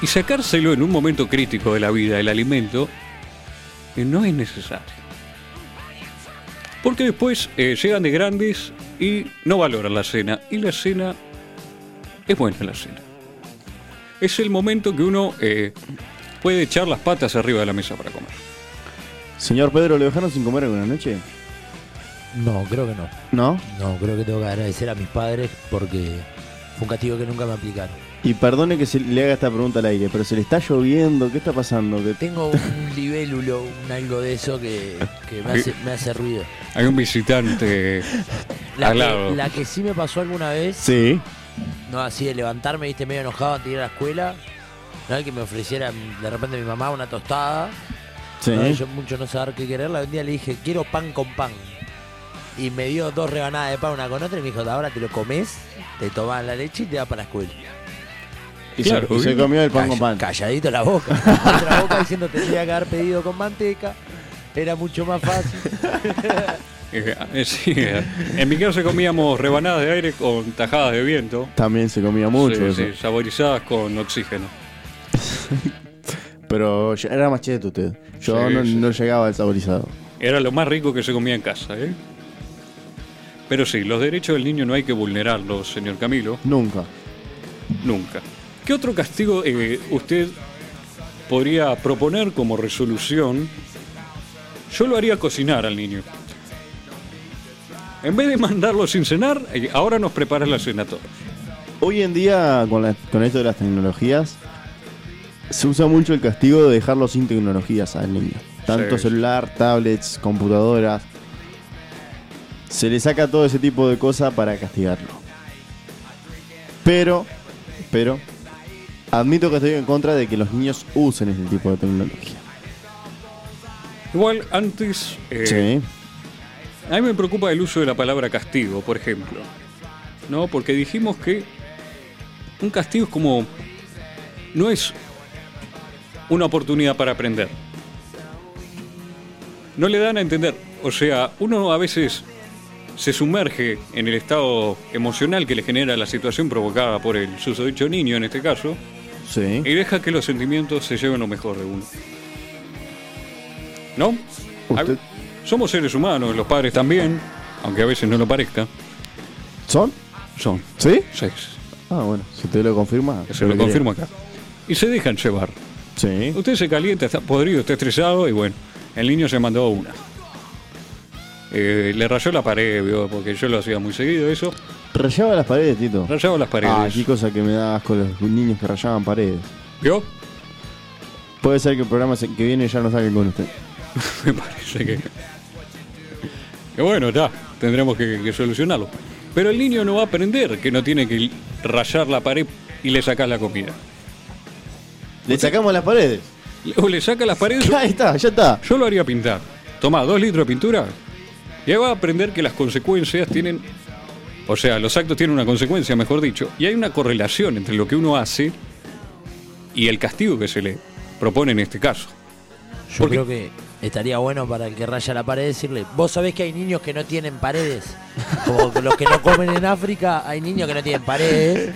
Speaker 2: Y sacárselo en un momento crítico de la vida, el alimento, eh, no es necesario. Porque después eh, llegan de grandes y no valoran la cena. Y la cena es buena la cena. Es el momento que uno eh, puede echar las patas arriba de la mesa para comer.
Speaker 3: Señor Pedro, ¿lo dejaron sin comer alguna noche?
Speaker 4: No, creo que no.
Speaker 3: No.
Speaker 4: No, creo que tengo que agradecer a mis padres porque fue un castigo que nunca me aplicaron.
Speaker 3: Y perdone que se le haga esta pregunta al aire, pero se le está lloviendo, ¿qué está pasando? Que-
Speaker 4: Tengo un libélulo, un algo de eso que, que me, hace, me hace ruido.
Speaker 2: Hay un visitante
Speaker 4: La
Speaker 2: al
Speaker 4: que,
Speaker 2: lado.
Speaker 4: la que sí me pasó alguna vez,
Speaker 3: Sí.
Speaker 4: no así de levantarme, viste, medio enojado antes de ir a la escuela, ¿no? que me ofreciera de repente mi mamá una tostada.
Speaker 3: Sí.
Speaker 4: ¿no? Yo mucho no saber qué quererla. Un día le dije, quiero pan con pan. Y me dio dos rebanadas de pan una con otra y me dijo, ahora te lo comes, te tomás la leche y te vas para la escuela.
Speaker 3: Y se-
Speaker 2: Claro,
Speaker 3: y se,
Speaker 2: bien.
Speaker 3: comió el pan
Speaker 4: Calla-
Speaker 3: con pan.
Speaker 4: Calladito la boca. Calladito la boca diciendo, tendría que haber pedido con manteca. Era mucho más fácil.
Speaker 2: Eh, eh, sí, eh. En mi casa comíamos rebanadas de aire con tajadas de viento.
Speaker 3: También se comía mucho.
Speaker 2: Sí,
Speaker 3: eso.
Speaker 2: sí, saborizadas con oxígeno.
Speaker 3: Pero yo- era más cheto usted. Yo
Speaker 2: Sí,
Speaker 3: no,
Speaker 2: sí.
Speaker 3: no llegaba al saborizado.
Speaker 2: Era lo más rico que se comía en casa, ¿eh? Pero sí, los derechos del niño no hay que vulnerarlos, señor Camilo,
Speaker 3: Nunca.
Speaker 2: nunca. ¿Qué otro castigo eh, usted podría proponer como resolución? Yo lo haría cocinar al niño. En vez de mandarlo sin cenar, eh, ahora nos preparas la cena todo.
Speaker 3: Hoy en día, con, la- con esto de las tecnologías, se usa mucho el castigo de dejarlo sin tecnologías al niño. Tanto
Speaker 2: Sí.
Speaker 3: celular, tablets, computadoras. Se le saca todo ese tipo de cosas para castigarlo. Pero, pero, admito que estoy en contra de que los niños usen ese tipo de tecnología.
Speaker 2: Igual antes... eh,
Speaker 3: Sí.
Speaker 2: A mí me preocupa el uso de la palabra castigo, por ejemplo. ¿No? Porque dijimos que un castigo es como. no es una oportunidad para aprender. No le dan a entender. O sea, uno a veces se sumerge en el estado emocional que le genera la situación provocada por el susodicho niño en este caso
Speaker 3: Sí.
Speaker 2: y deja que los sentimientos se lleven lo mejor de uno. ¿No?
Speaker 3: Usted-
Speaker 2: A- Somos seres humanos, los padres también, aunque a veces no lo parezca.
Speaker 3: ¿Son?
Speaker 2: Son
Speaker 3: ¿Sí?
Speaker 2: seis.
Speaker 3: Ah, bueno, si usted lo confirma.
Speaker 2: Se
Speaker 3: yo
Speaker 2: lo
Speaker 3: creo.
Speaker 2: confirmo acá. Y se dejan llevar.
Speaker 3: Sí.
Speaker 2: Usted se calienta, está podrido, está estresado y bueno, el niño se mandó una. Eh, le rayó la pared, vio, porque yo lo hacía muy seguido eso.
Speaker 3: Rayaba las paredes, Tito.
Speaker 2: Rayaba las paredes.
Speaker 3: Ah, qué cosa que me da asco los niños que rayaban paredes.
Speaker 2: ¿Vio?
Speaker 3: Puede ser que el programa se- que viene ya no salga con usted.
Speaker 2: Me parece que. que bueno, ya, tendremos que, que solucionarlo. Pero el niño no va a aprender que no tiene que rayar la pared y le sacas la comida.
Speaker 3: Le sacamos las paredes.
Speaker 2: O le saca las paredes.
Speaker 3: Ahí está, ya está.
Speaker 2: Yo lo haría pintar. Toma, dos litros de pintura. Y ahí va a aprender que las consecuencias tienen. O sea, los actos tienen una consecuencia, mejor dicho. Y hay una correlación entre lo que uno hace y el castigo que se le propone en este caso.
Speaker 4: Yo
Speaker 2: Porque-
Speaker 4: creo que estaría bueno para el que raya la pared decirle, vos sabés que hay niños que no tienen paredes. Como que los que no comen en África, hay niños que no tienen paredes.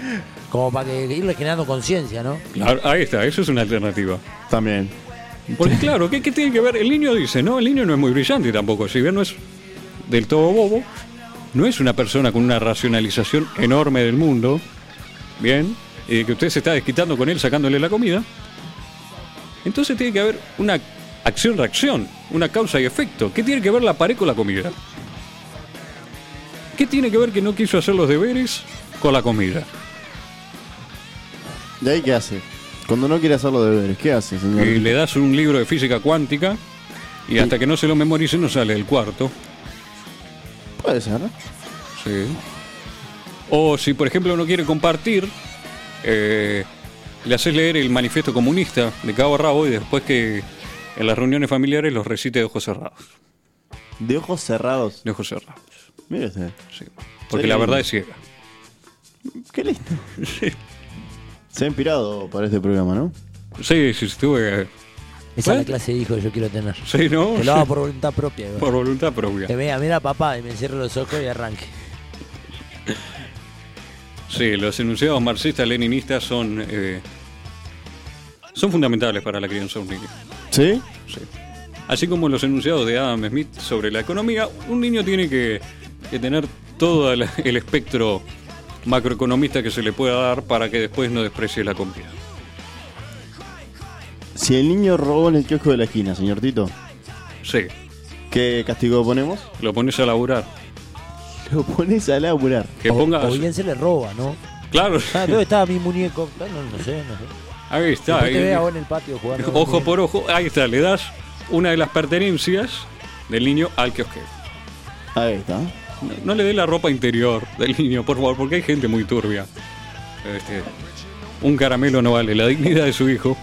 Speaker 4: Como para que irle generando conciencia, ¿no?
Speaker 2: Claro, ahí está, eso es una alternativa.
Speaker 3: También.
Speaker 2: Porque claro, ¿qué, qué tiene que ver? El niño dice, ¿no? El niño no es muy brillante tampoco, si bien no es del todo bobo, no es una persona con una racionalización enorme del mundo, ¿bien? Y de que usted se está desquitando con él sacándole la comida. Entonces tiene que haber una acción-reacción, una causa y efecto. ¿Qué tiene que ver la pared con la comida? ¿Qué tiene que ver que no quiso hacer los deberes con la comida?
Speaker 3: ¿Y ahí qué hace? Cuando no quiere hacer los deberes, ¿qué hace, señor?
Speaker 2: Y le das un libro de física cuántica y hasta que no se lo memorice no sale del cuarto.
Speaker 3: Puede ser, ¿no?
Speaker 2: Sí. O si, por ejemplo, no quiere compartir, eh, le haces leer el manifiesto comunista de cabo a rabo y después que en las reuniones familiares los recite de ojos cerrados.
Speaker 3: De ojos cerrados.
Speaker 2: De ojos cerrados,
Speaker 3: Mire usted.
Speaker 2: sí. Porque
Speaker 3: Sí.
Speaker 2: la verdad es ciega.
Speaker 3: Qué listo. Se ha inspirado para este programa, ¿no?
Speaker 2: Sí, sí, estuve.
Speaker 4: Esa es
Speaker 2: Bueno.
Speaker 4: la clase de hijo que yo quiero tener.
Speaker 2: Oh, Sí, ¿no?
Speaker 4: Que lo haga por voluntad propia. igual.
Speaker 2: Por voluntad propia.
Speaker 4: Que me diga, mira papá, y me encierre los ojos y arranque.
Speaker 2: Sí, los enunciados marxistas-leninistas son. eh, son fundamentales para la crianza de un niño.
Speaker 3: ¿Sí?
Speaker 2: Así como los enunciados de Adam Smith sobre la economía, un niño tiene que, que tener todo el, el espectro macroeconomista que se le pueda dar para que después no desprecie la comida.
Speaker 3: Si el niño robó en el kiosco de la esquina, señor Tito,
Speaker 2: Sí,
Speaker 3: ¿qué castigo ponemos?
Speaker 2: lo pones a laburar.
Speaker 3: Lo pones a laburar.
Speaker 2: Que
Speaker 4: O-
Speaker 2: pongas...
Speaker 4: o, bien se le roba, ¿no?
Speaker 2: Claro,
Speaker 4: Ah, ¿Dónde estaba mi muñeco? Ah, No, no sé, no sé.
Speaker 2: ahí
Speaker 4: Después
Speaker 2: está.
Speaker 4: te
Speaker 2: ahí-
Speaker 4: vea vos en el patio jugando. con
Speaker 2: ojo
Speaker 4: muñecos.
Speaker 2: por ojo, ahí está, le das una de las pertenencias del niño al kiosquero.
Speaker 3: Ahí está.
Speaker 2: No, no le dé la ropa interior del niño, por favor, porque hay gente muy turbia. Este, un caramelo no vale la dignidad de su hijo,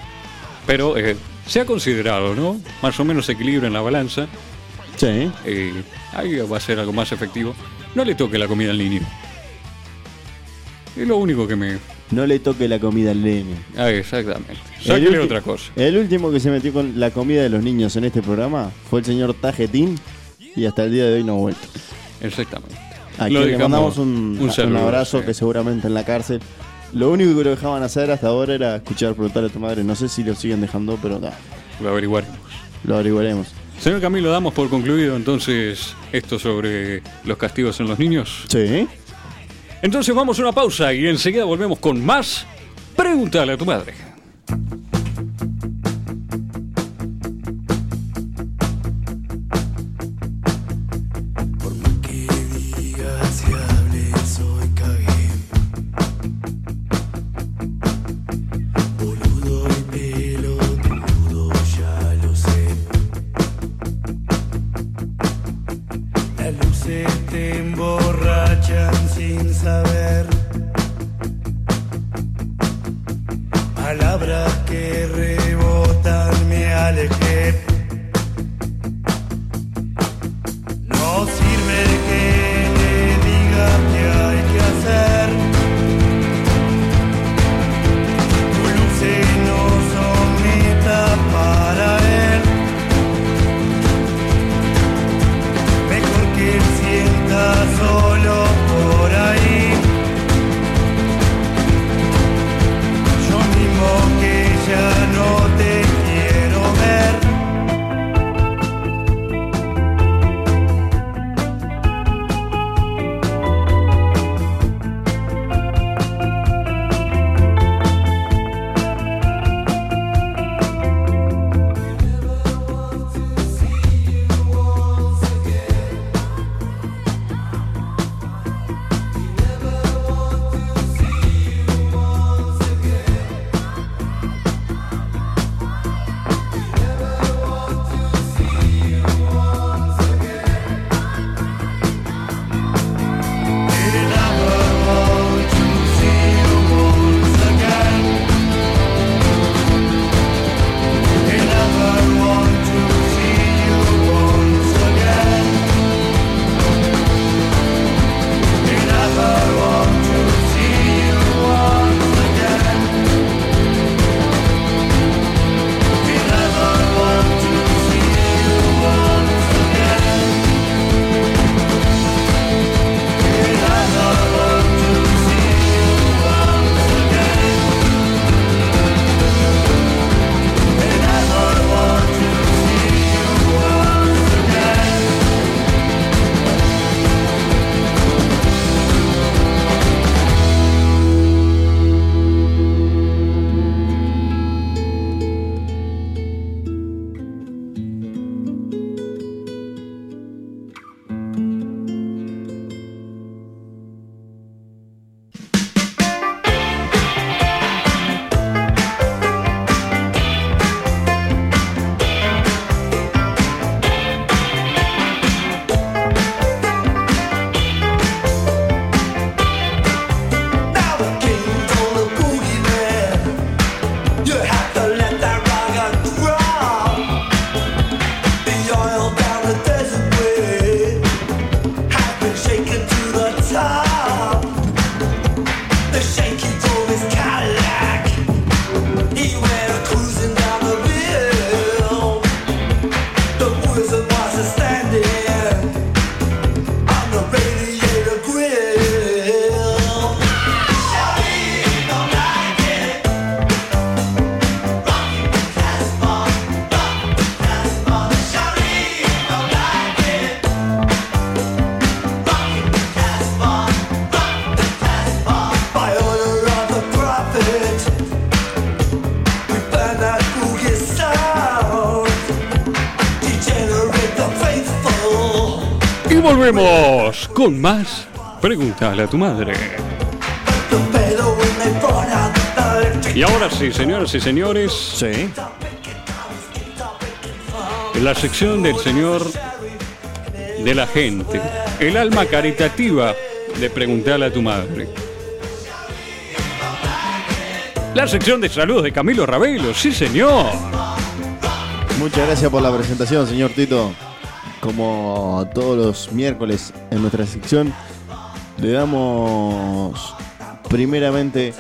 Speaker 2: pero eh, se ha considerado, ¿no? Más o menos equilibrio en la balanza.
Speaker 3: Sí.
Speaker 2: eh, ahí va a ser algo más efectivo. No le toque la comida al niño. Es lo único que me.
Speaker 3: No le toque la comida al nene.
Speaker 2: Ah, exactamente.
Speaker 3: El
Speaker 2: Sáquele
Speaker 3: ulti-
Speaker 2: otra cosa.
Speaker 3: El último que se metió con la comida de los niños en este programa fue el señor Tajetín y hasta el día de hoy no ha vuelto.
Speaker 2: Exactamente.
Speaker 3: A
Speaker 2: Lo
Speaker 3: quien le
Speaker 2: dejamos-
Speaker 3: mandamos un, a- un
Speaker 2: saludo,
Speaker 3: abrazo
Speaker 2: sí.
Speaker 3: que seguramente en la cárcel. Lo único que lo dejaban hacer hasta ahora era escuchar preguntar a tu madre. No sé si lo siguen dejando, pero nah,
Speaker 2: Lo averiguaremos.
Speaker 3: lo averiguaremos.
Speaker 2: Señor Camilo, damos por concluido entonces esto sobre los castigos en los niños.
Speaker 3: Sí.
Speaker 2: Entonces vamos a una pausa y enseguida volvemos con más. Pregúntale a tu madre.
Speaker 5: Por más que digas y hables, soy cagué. Boludo y pelotudo, ya lo sé. Las luces te emborrachan sin saber. Palabras que rebotan, me alejé. No sirve que te diga que hay que hacer. Tu luce no son meta para él. Mejor que él sienta solo por ahí. Yo mismo que ya no te quiero ver. Didn't ever want to see you once again. Didn't ever want to see you once again. Didn't ever want to see you once again. Didn't ever want to see you once again. Now the king's on the boogeyman. You have to let that rag roll. The oil down the desert way has been shaken to the top. The shaky told his Cadillac. He went cruising down the hill. The wizard was standing on the radiator grill. By order of the prophet, we burn that boogie sound, degenerate the faithful.
Speaker 2: Y volvemos con más. Pregúntale a tu madre.
Speaker 5: The better when they brought out the electric
Speaker 2: Y ahora sí, señoras y señores,
Speaker 3: Sí.
Speaker 2: la sección del señor de la gente. El alma caritativa de Pregúntale a tu madre. La sección de saludos de Camilo Ravelo, sí señor.
Speaker 3: Muchas gracias por la presentación, señor Tito. Como todos los miércoles en nuestra sección, le damos primeramente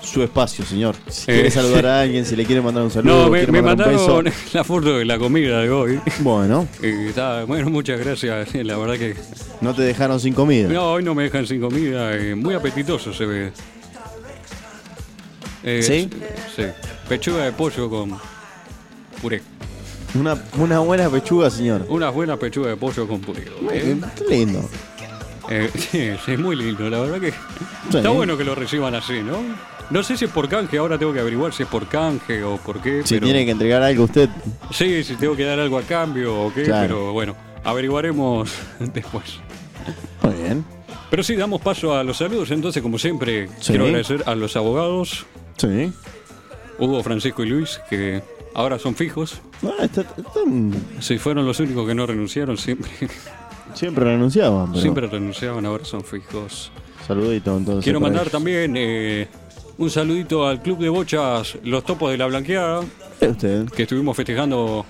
Speaker 3: su espacio, señor. Si
Speaker 2: Eh,
Speaker 3: quiere saludar a alguien, si le quiere mandar un saludo,
Speaker 2: No, me,
Speaker 3: quiere
Speaker 2: me
Speaker 3: mandar un
Speaker 2: mandaron la foto de la comida de hoy.
Speaker 3: beso. Bueno,
Speaker 2: Y está, bueno, muchas gracias. La verdad que.
Speaker 3: no te dejaron sin comida.
Speaker 2: No, hoy no me dejan sin comida. eh, muy apetitoso se ve. Eh,
Speaker 3: ¿Sí?
Speaker 2: Sí. Pechuga de pollo con puré.
Speaker 3: Una, una buena pechuga, señor.
Speaker 2: Una buena pechuga de pollo con puré.
Speaker 3: Eh, qué lindo.
Speaker 2: Eh, sí, sí, es muy lindo, la verdad que
Speaker 3: Sí.
Speaker 2: está bueno que lo reciban así, ¿no? No sé si es por canje, ahora tengo que averiguar si es por canje o por qué.
Speaker 3: Si
Speaker 2: pero...
Speaker 3: tiene que entregar algo usted,
Speaker 2: Sí, si tengo que dar algo a cambio o qué,
Speaker 3: Claro.
Speaker 2: pero bueno, averiguaremos después.
Speaker 3: muy bien.
Speaker 2: Pero sí, damos paso a los saludos, entonces como siempre
Speaker 3: Sí.
Speaker 2: quiero agradecer a los abogados,
Speaker 3: Sí.
Speaker 2: Hugo, Francisco y Luis, que ahora son fijos.
Speaker 3: No, Ah, está- están-
Speaker 2: Si fueron los únicos que no renunciaron, siempre,
Speaker 3: siempre renunciaban, pero
Speaker 2: siempre renunciaban, ahora son fijos.
Speaker 3: saludito entonces.
Speaker 2: Quiero
Speaker 3: para
Speaker 2: mandar
Speaker 3: ellos.
Speaker 2: también eh, un saludito al Club de Bochas Los Topos de la Blanqueada,
Speaker 3: Eh, usted.
Speaker 2: que estuvimos festejando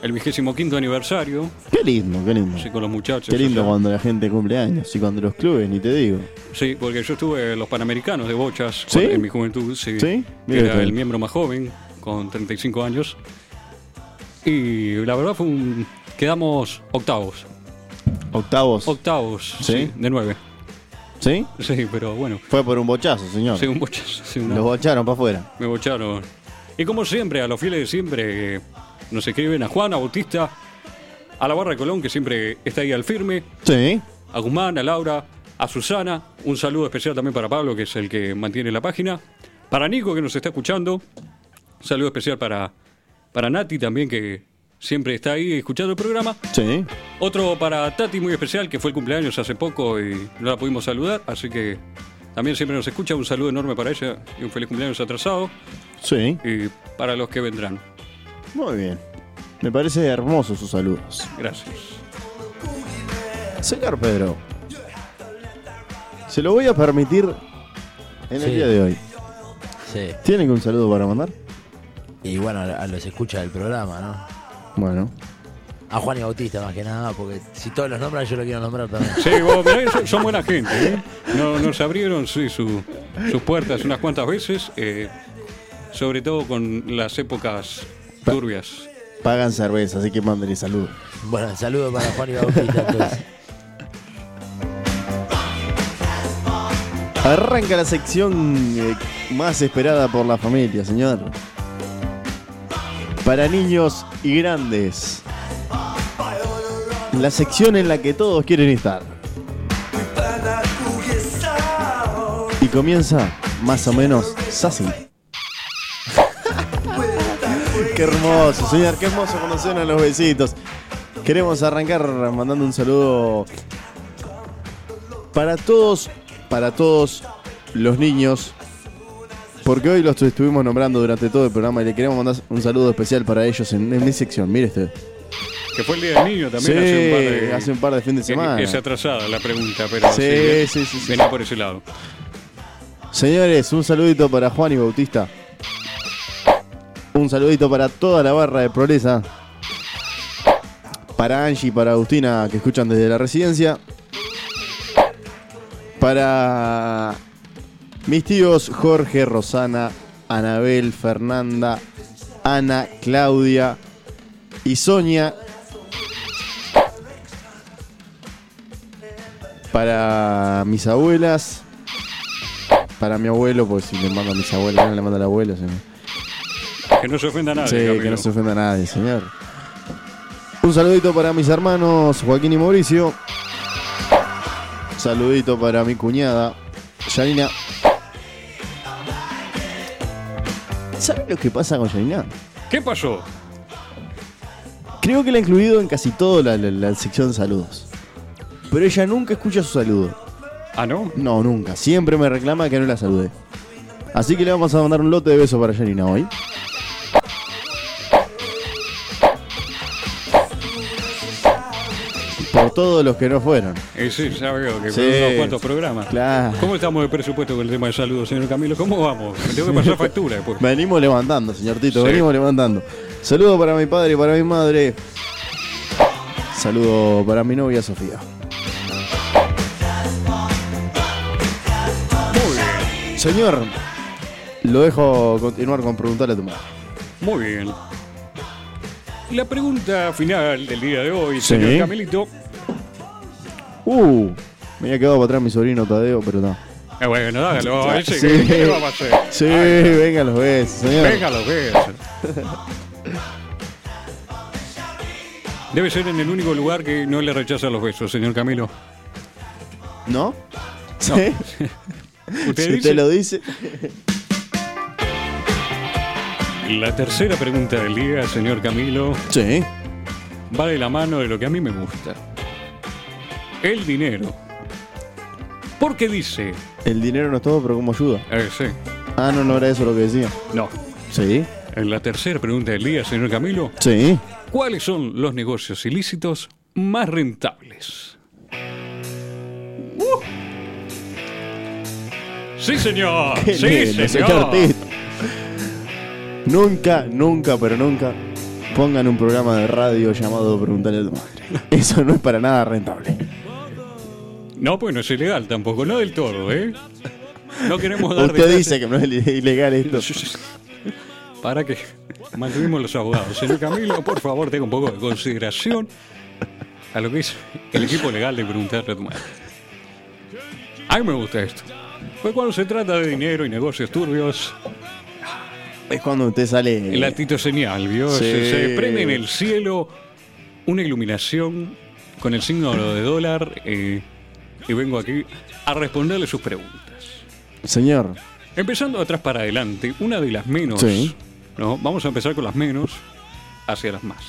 Speaker 2: el vigésimo quinto aniversario
Speaker 3: Qué lindo, qué lindo.
Speaker 2: sí, con los muchachos.
Speaker 3: Qué lindo
Speaker 2: o sea,
Speaker 3: cuando la gente cumple años y cuando los clubes, ni te digo.
Speaker 2: Sí, porque yo estuve en los Panamericanos de Bochas
Speaker 3: ¿Sí?
Speaker 2: cuando- en mi juventud, sí,
Speaker 3: ¿Sí?
Speaker 2: que
Speaker 3: Mira
Speaker 2: era
Speaker 3: usted.
Speaker 2: el miembro más joven, con 35 años. Y la verdad fue un... Quedamos octavos,
Speaker 3: Octavos.
Speaker 2: octavos,
Speaker 3: ¿Sí?
Speaker 2: sí, de nueve.
Speaker 3: ¿Sí?
Speaker 2: Sí, pero bueno,
Speaker 3: Fue por un bochazo, señor.
Speaker 2: sí, un bochas, sí, una-
Speaker 3: Los bocharon para afuera.
Speaker 2: Me bocharon. Y como siempre, a los fieles de siempre, eh, nos escriben a Juan, a Bautista, a la barra de Colón, que siempre está ahí al firme,
Speaker 3: Sí.
Speaker 2: a Guzmán, a Laura, a Susana. Un saludo especial también para Pablo, que es el que mantiene la página. Para Nico, que nos está escuchando. Un saludo especial para, para Nati también, que siempre está ahí escuchando el programa.
Speaker 3: Sí.
Speaker 2: Otro para Tati muy especial, que fue el cumpleaños hace poco y no la pudimos saludar, así que también siempre nos escucha. Un saludo enorme para ella y un feliz cumpleaños atrasado
Speaker 3: Sí.
Speaker 2: y para los que vendrán.
Speaker 3: Muy bien. Me parece hermoso sus saludos.
Speaker 2: Gracias.
Speaker 3: Señor Pedro, se lo voy a permitir en
Speaker 4: Sí.
Speaker 3: el día de hoy.
Speaker 4: Sí.
Speaker 3: ¿Tienen un saludo para mandar?
Speaker 4: Y bueno, a a los escucha del programa, ¿no?
Speaker 3: Bueno.
Speaker 4: A Juan y Bautista más que nada, porque si todos los nombran, yo lo quiero nombrar también.
Speaker 2: Sí, vos, mirá que son, son buena gente. ¿eh? No- nos abrieron sí, su- sus puertas unas cuantas veces, eh, sobre todo con las épocas turbias.
Speaker 3: Pagan cerveza, así que mándenle saludos.
Speaker 4: Bueno, saludo para Juan y Bautista entonces.
Speaker 3: Arranca la sección eh, más esperada por la familia, señor. Para niños y grandes. La sección en la que todos quieren estar. Y comienza más o menos Sassy. qué hermoso, señor, qué hermoso conocer a los besitos. Queremos arrancar mandando un saludo para todos, para todos los niños, porque hoy los estuvimos nombrando durante todo el programa y le queremos mandar un saludo especial para ellos en, en mi sección. Mire usted.
Speaker 2: Que fue el Día del Niño también
Speaker 3: Sí,
Speaker 2: hace un par de...
Speaker 3: hace un par de fin de
Speaker 2: Eh,
Speaker 3: semana.
Speaker 2: Es atrasada la pregunta, pero
Speaker 3: Sí,
Speaker 2: eh,
Speaker 3: sí, sí, sí.
Speaker 2: venía por ese lado.
Speaker 3: Señores, un saludito para Juan y Bautista. Un saludito para toda la barra de Proleza. Para Angie y para Agustina que escuchan desde la residencia. Para mis tíos Jorge, Rosana, Anabel, Fernanda, Ana, Claudia y Sonia. Para mis abuelas, para mi abuelo, porque si le mando a mis abuelos, no le mando al abuelo, señor.
Speaker 2: Que no se ofenda a nadie.
Speaker 3: Sí, que
Speaker 2: Camilo.
Speaker 3: no se ofenda a nadie, señor. Un saludito para mis hermanos Joaquín y Mauricio. Saludito para mi cuñada, Yanina. ¿Sabes lo que pasa con Yanina?
Speaker 2: ¿Qué pasó?
Speaker 3: Creo que la he incluido en casi toda la, la- la sección saludos. Pero ella nunca escucha su saludo.
Speaker 2: Ah, ¿no?
Speaker 3: No, nunca. Siempre me reclama que no la salude. Así que le vamos a mandar un lote de besos para Janina hoy. Por todos los que no fueron.
Speaker 2: Eh, sí, ya veo que
Speaker 3: Sí.
Speaker 2: fueron unos cuantos programas.
Speaker 3: Claro.
Speaker 2: ¿Cómo estamos de presupuesto con el tema de saludos, señor Camilo? ¿Cómo vamos? Me tengo que pasar factura después.
Speaker 3: Venimos levantando, señor Tito,
Speaker 2: Sí.
Speaker 3: venimos levantando. Saludo para mi padre y para mi madre. Saludo para mi novia Sofía.
Speaker 2: Muy bien.
Speaker 3: Señor, lo dejo continuar con preguntarle a tu madre.
Speaker 2: Muy bien. La pregunta final del día de hoy,
Speaker 3: Sí.
Speaker 2: señor Camilito.
Speaker 3: Uh, me había quedado para atrás mi sobrino Tadeo, pero no.
Speaker 2: Eh, bueno, hágalo.
Speaker 3: Ah,
Speaker 2: ese,
Speaker 3: sí.
Speaker 2: ¿qué- ¿Qué le vamos a hacer?
Speaker 3: Sí, venga los besos, señor.
Speaker 2: Véngalo, véngalo. Debe ser en el único lugar que no le rechaza los besos, señor Camilo.
Speaker 3: ¿No? ¿Sí?
Speaker 2: Usted
Speaker 3: si
Speaker 2: dice-
Speaker 3: usted lo dice.
Speaker 2: La tercera pregunta del día, señor Camilo,
Speaker 3: Sí.
Speaker 2: va de la mano de lo que a mí me gusta. El dinero. Porque dice...
Speaker 3: El dinero no es todo, pero ¿cómo ayuda?
Speaker 2: Eh, sí.
Speaker 3: Ah, no, no era eso lo que decía.
Speaker 2: No.
Speaker 3: Sí.
Speaker 2: En la tercera pregunta del día, señor Camilo,
Speaker 3: Sí.
Speaker 2: ¿cuáles son los negocios ilícitos más rentables? ¡Uh! Sí, señor.
Speaker 3: Qué
Speaker 2: sí,
Speaker 3: lindo, señor
Speaker 2: señor.
Speaker 3: Ortiz. Nunca, nunca, pero nunca pongan un programa de radio llamado Preguntarle a tu madre. Eso no es para nada rentable.
Speaker 2: No, pues no es ilegal tampoco, no del todo, ¿eh? No queremos dar
Speaker 3: Usted
Speaker 2: detalles.
Speaker 3: dice que no es ilegal esto.
Speaker 2: Para que mantuvimos los abogados. Señor Camilo, por favor, tenga un poco de consideración a lo que es el equipo legal de preguntarle a tu madre. A mí me gusta esto. Pues cuando se trata de dinero y negocios turbios,
Speaker 3: Es cuando usted sale.
Speaker 2: el atito señal, ¿vio?
Speaker 3: Sí.
Speaker 2: Se, se prende en el cielo una iluminación con el signo de dólar eh, y vengo aquí a responderle sus preguntas.
Speaker 3: Señor.
Speaker 2: Empezando atrás para adelante, una de las menos.
Speaker 3: Sí.
Speaker 2: ¿no? Vamos a empezar con las menos hacia las más.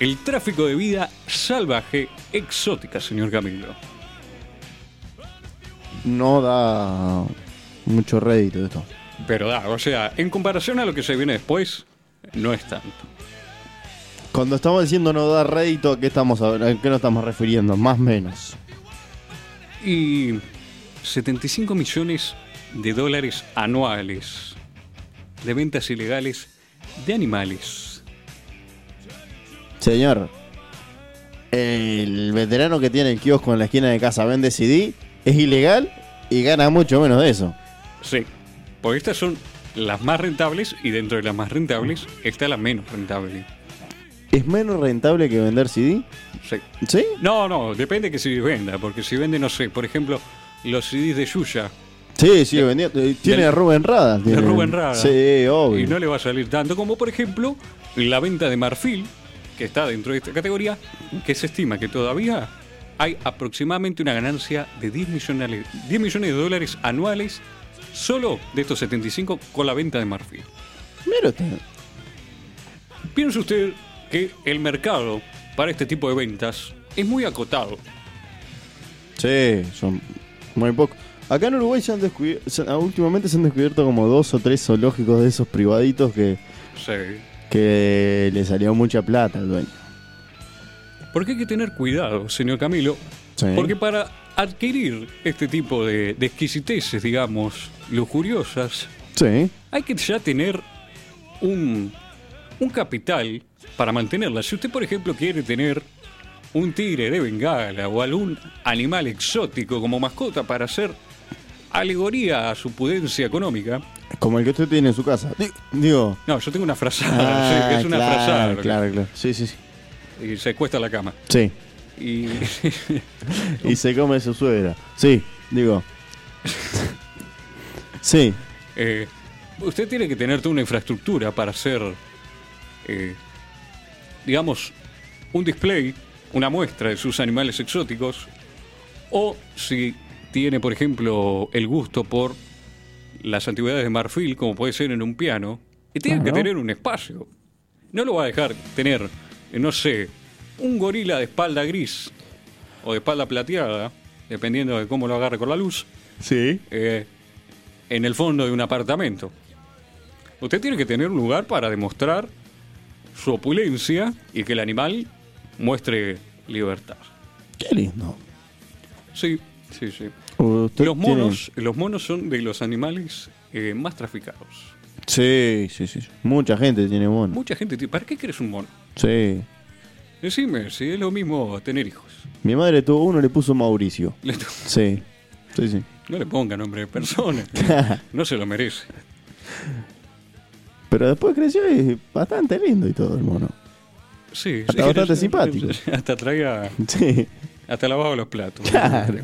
Speaker 2: El tráfico de vida salvaje exótica, señor Camilo.
Speaker 3: no da mucho rédito esto.
Speaker 2: Pero da, o sea, en comparación a lo que se viene después, no es tanto.
Speaker 3: Cuando estamos diciendo no da rédito, ¿a qué, estamos, a a qué nos estamos refiriendo? Más o menos.
Speaker 2: Y 75 millones de dólares anuales de ventas ilegales de animales.
Speaker 3: Señor, el veterano que tiene el kiosco en la esquina de casa vende CD, es ilegal y gana mucho menos de eso.
Speaker 2: Sí, porque estas son las más rentables y dentro de las más rentables está la menos rentable.
Speaker 3: ¿Es menos rentable que vender CD?
Speaker 2: Sí.
Speaker 3: ¿Sí?
Speaker 2: No, no, depende que si venda, porque si vende, no sé, por ejemplo, los CDs de Yuya,
Speaker 3: Sí, sigue vendiendo. Eh, Tiene
Speaker 2: del-
Speaker 3: a Rubén Rada.
Speaker 2: de
Speaker 3: tiene.
Speaker 2: Rubén Rada,
Speaker 3: Sí,
Speaker 2: y
Speaker 3: obvio.
Speaker 2: no le va a salir tanto, como por ejemplo la venta de Marfil, que está dentro de esta categoría, que se estima que todavía hay aproximadamente una ganancia de 10 millones, 10 millones de dólares anuales solo de estos 75 con la venta de Marfil.
Speaker 3: Mira usted.
Speaker 2: Piense usted que el mercado para este tipo de ventas es muy acotado.
Speaker 3: Sí, son muy pocos. Acá en Uruguay se han descubier- se- ah, últimamente se han descubierto como dos o tres zoológicos de esos privaditos que,
Speaker 2: Sí.
Speaker 3: que le salió mucha plata al dueño.
Speaker 2: Porque hay que tener cuidado, señor Camilo,
Speaker 3: Sí.
Speaker 2: porque para adquirir este tipo de, de exquisiteces, digamos, lujuriosas,
Speaker 3: Sí.
Speaker 2: hay que ya tener un, un capital para mantenerlas. Si usted, por ejemplo, quiere tener un tigre de bengala o algún animal exótico como mascota para hacer alegoría a su pudencia económica,
Speaker 3: Como el que usted tiene en su casa. Di- Digo.
Speaker 2: no, yo tengo una frazada, sí, es una
Speaker 3: Ah, claro,
Speaker 2: frazada lo que-
Speaker 3: Claro, claro. Sí, sí, sí.
Speaker 2: y se cuesta la cama.
Speaker 3: Sí.
Speaker 2: Y
Speaker 3: Y se come su suegra. Sí, digo. sí.
Speaker 2: Eh, usted tiene que tener toda una infraestructura para hacer, eh, digamos, un display, una muestra de sus animales exóticos, o si tiene, por ejemplo, el gusto por las antigüedades de marfil, como puede ser en un piano, y tiene que tener un espacio. No lo va a dejar tener, eh, no sé, un gorila de espalda gris o de espalda plateada, dependiendo de cómo lo agarre con la luz
Speaker 3: Sí.
Speaker 2: eh, en el fondo de un apartamento. Usted tiene que tener un lugar para demostrar su opulencia y que el animal muestre libertad.
Speaker 3: Qué lindo.
Speaker 2: Sí, sí, sí.
Speaker 3: Usted
Speaker 2: Los
Speaker 3: tiene-
Speaker 2: monos, los monos son de los animales eh, más traficados.
Speaker 3: Sí, sí, sí. sí. Mucha gente tiene monos.
Speaker 2: Mucha gente dice, ¿para qué quieres un mono?
Speaker 3: Sí.
Speaker 2: Decime, si es lo mismo tener hijos.
Speaker 3: Mi madre tuvo uno, le puso Mauricio.
Speaker 2: Le to-
Speaker 3: Sí. Sí, sí.
Speaker 2: No le ponga nombre de persona. No se lo merece.
Speaker 3: Pero después creció y es bastante lindo y todo el mono.
Speaker 2: Sí,
Speaker 3: Hasta
Speaker 2: sí,
Speaker 3: bastante
Speaker 2: era-
Speaker 3: simpático.
Speaker 2: Hasta traía,
Speaker 3: Sí.
Speaker 2: hasta lavaba los platos.
Speaker 3: Claro.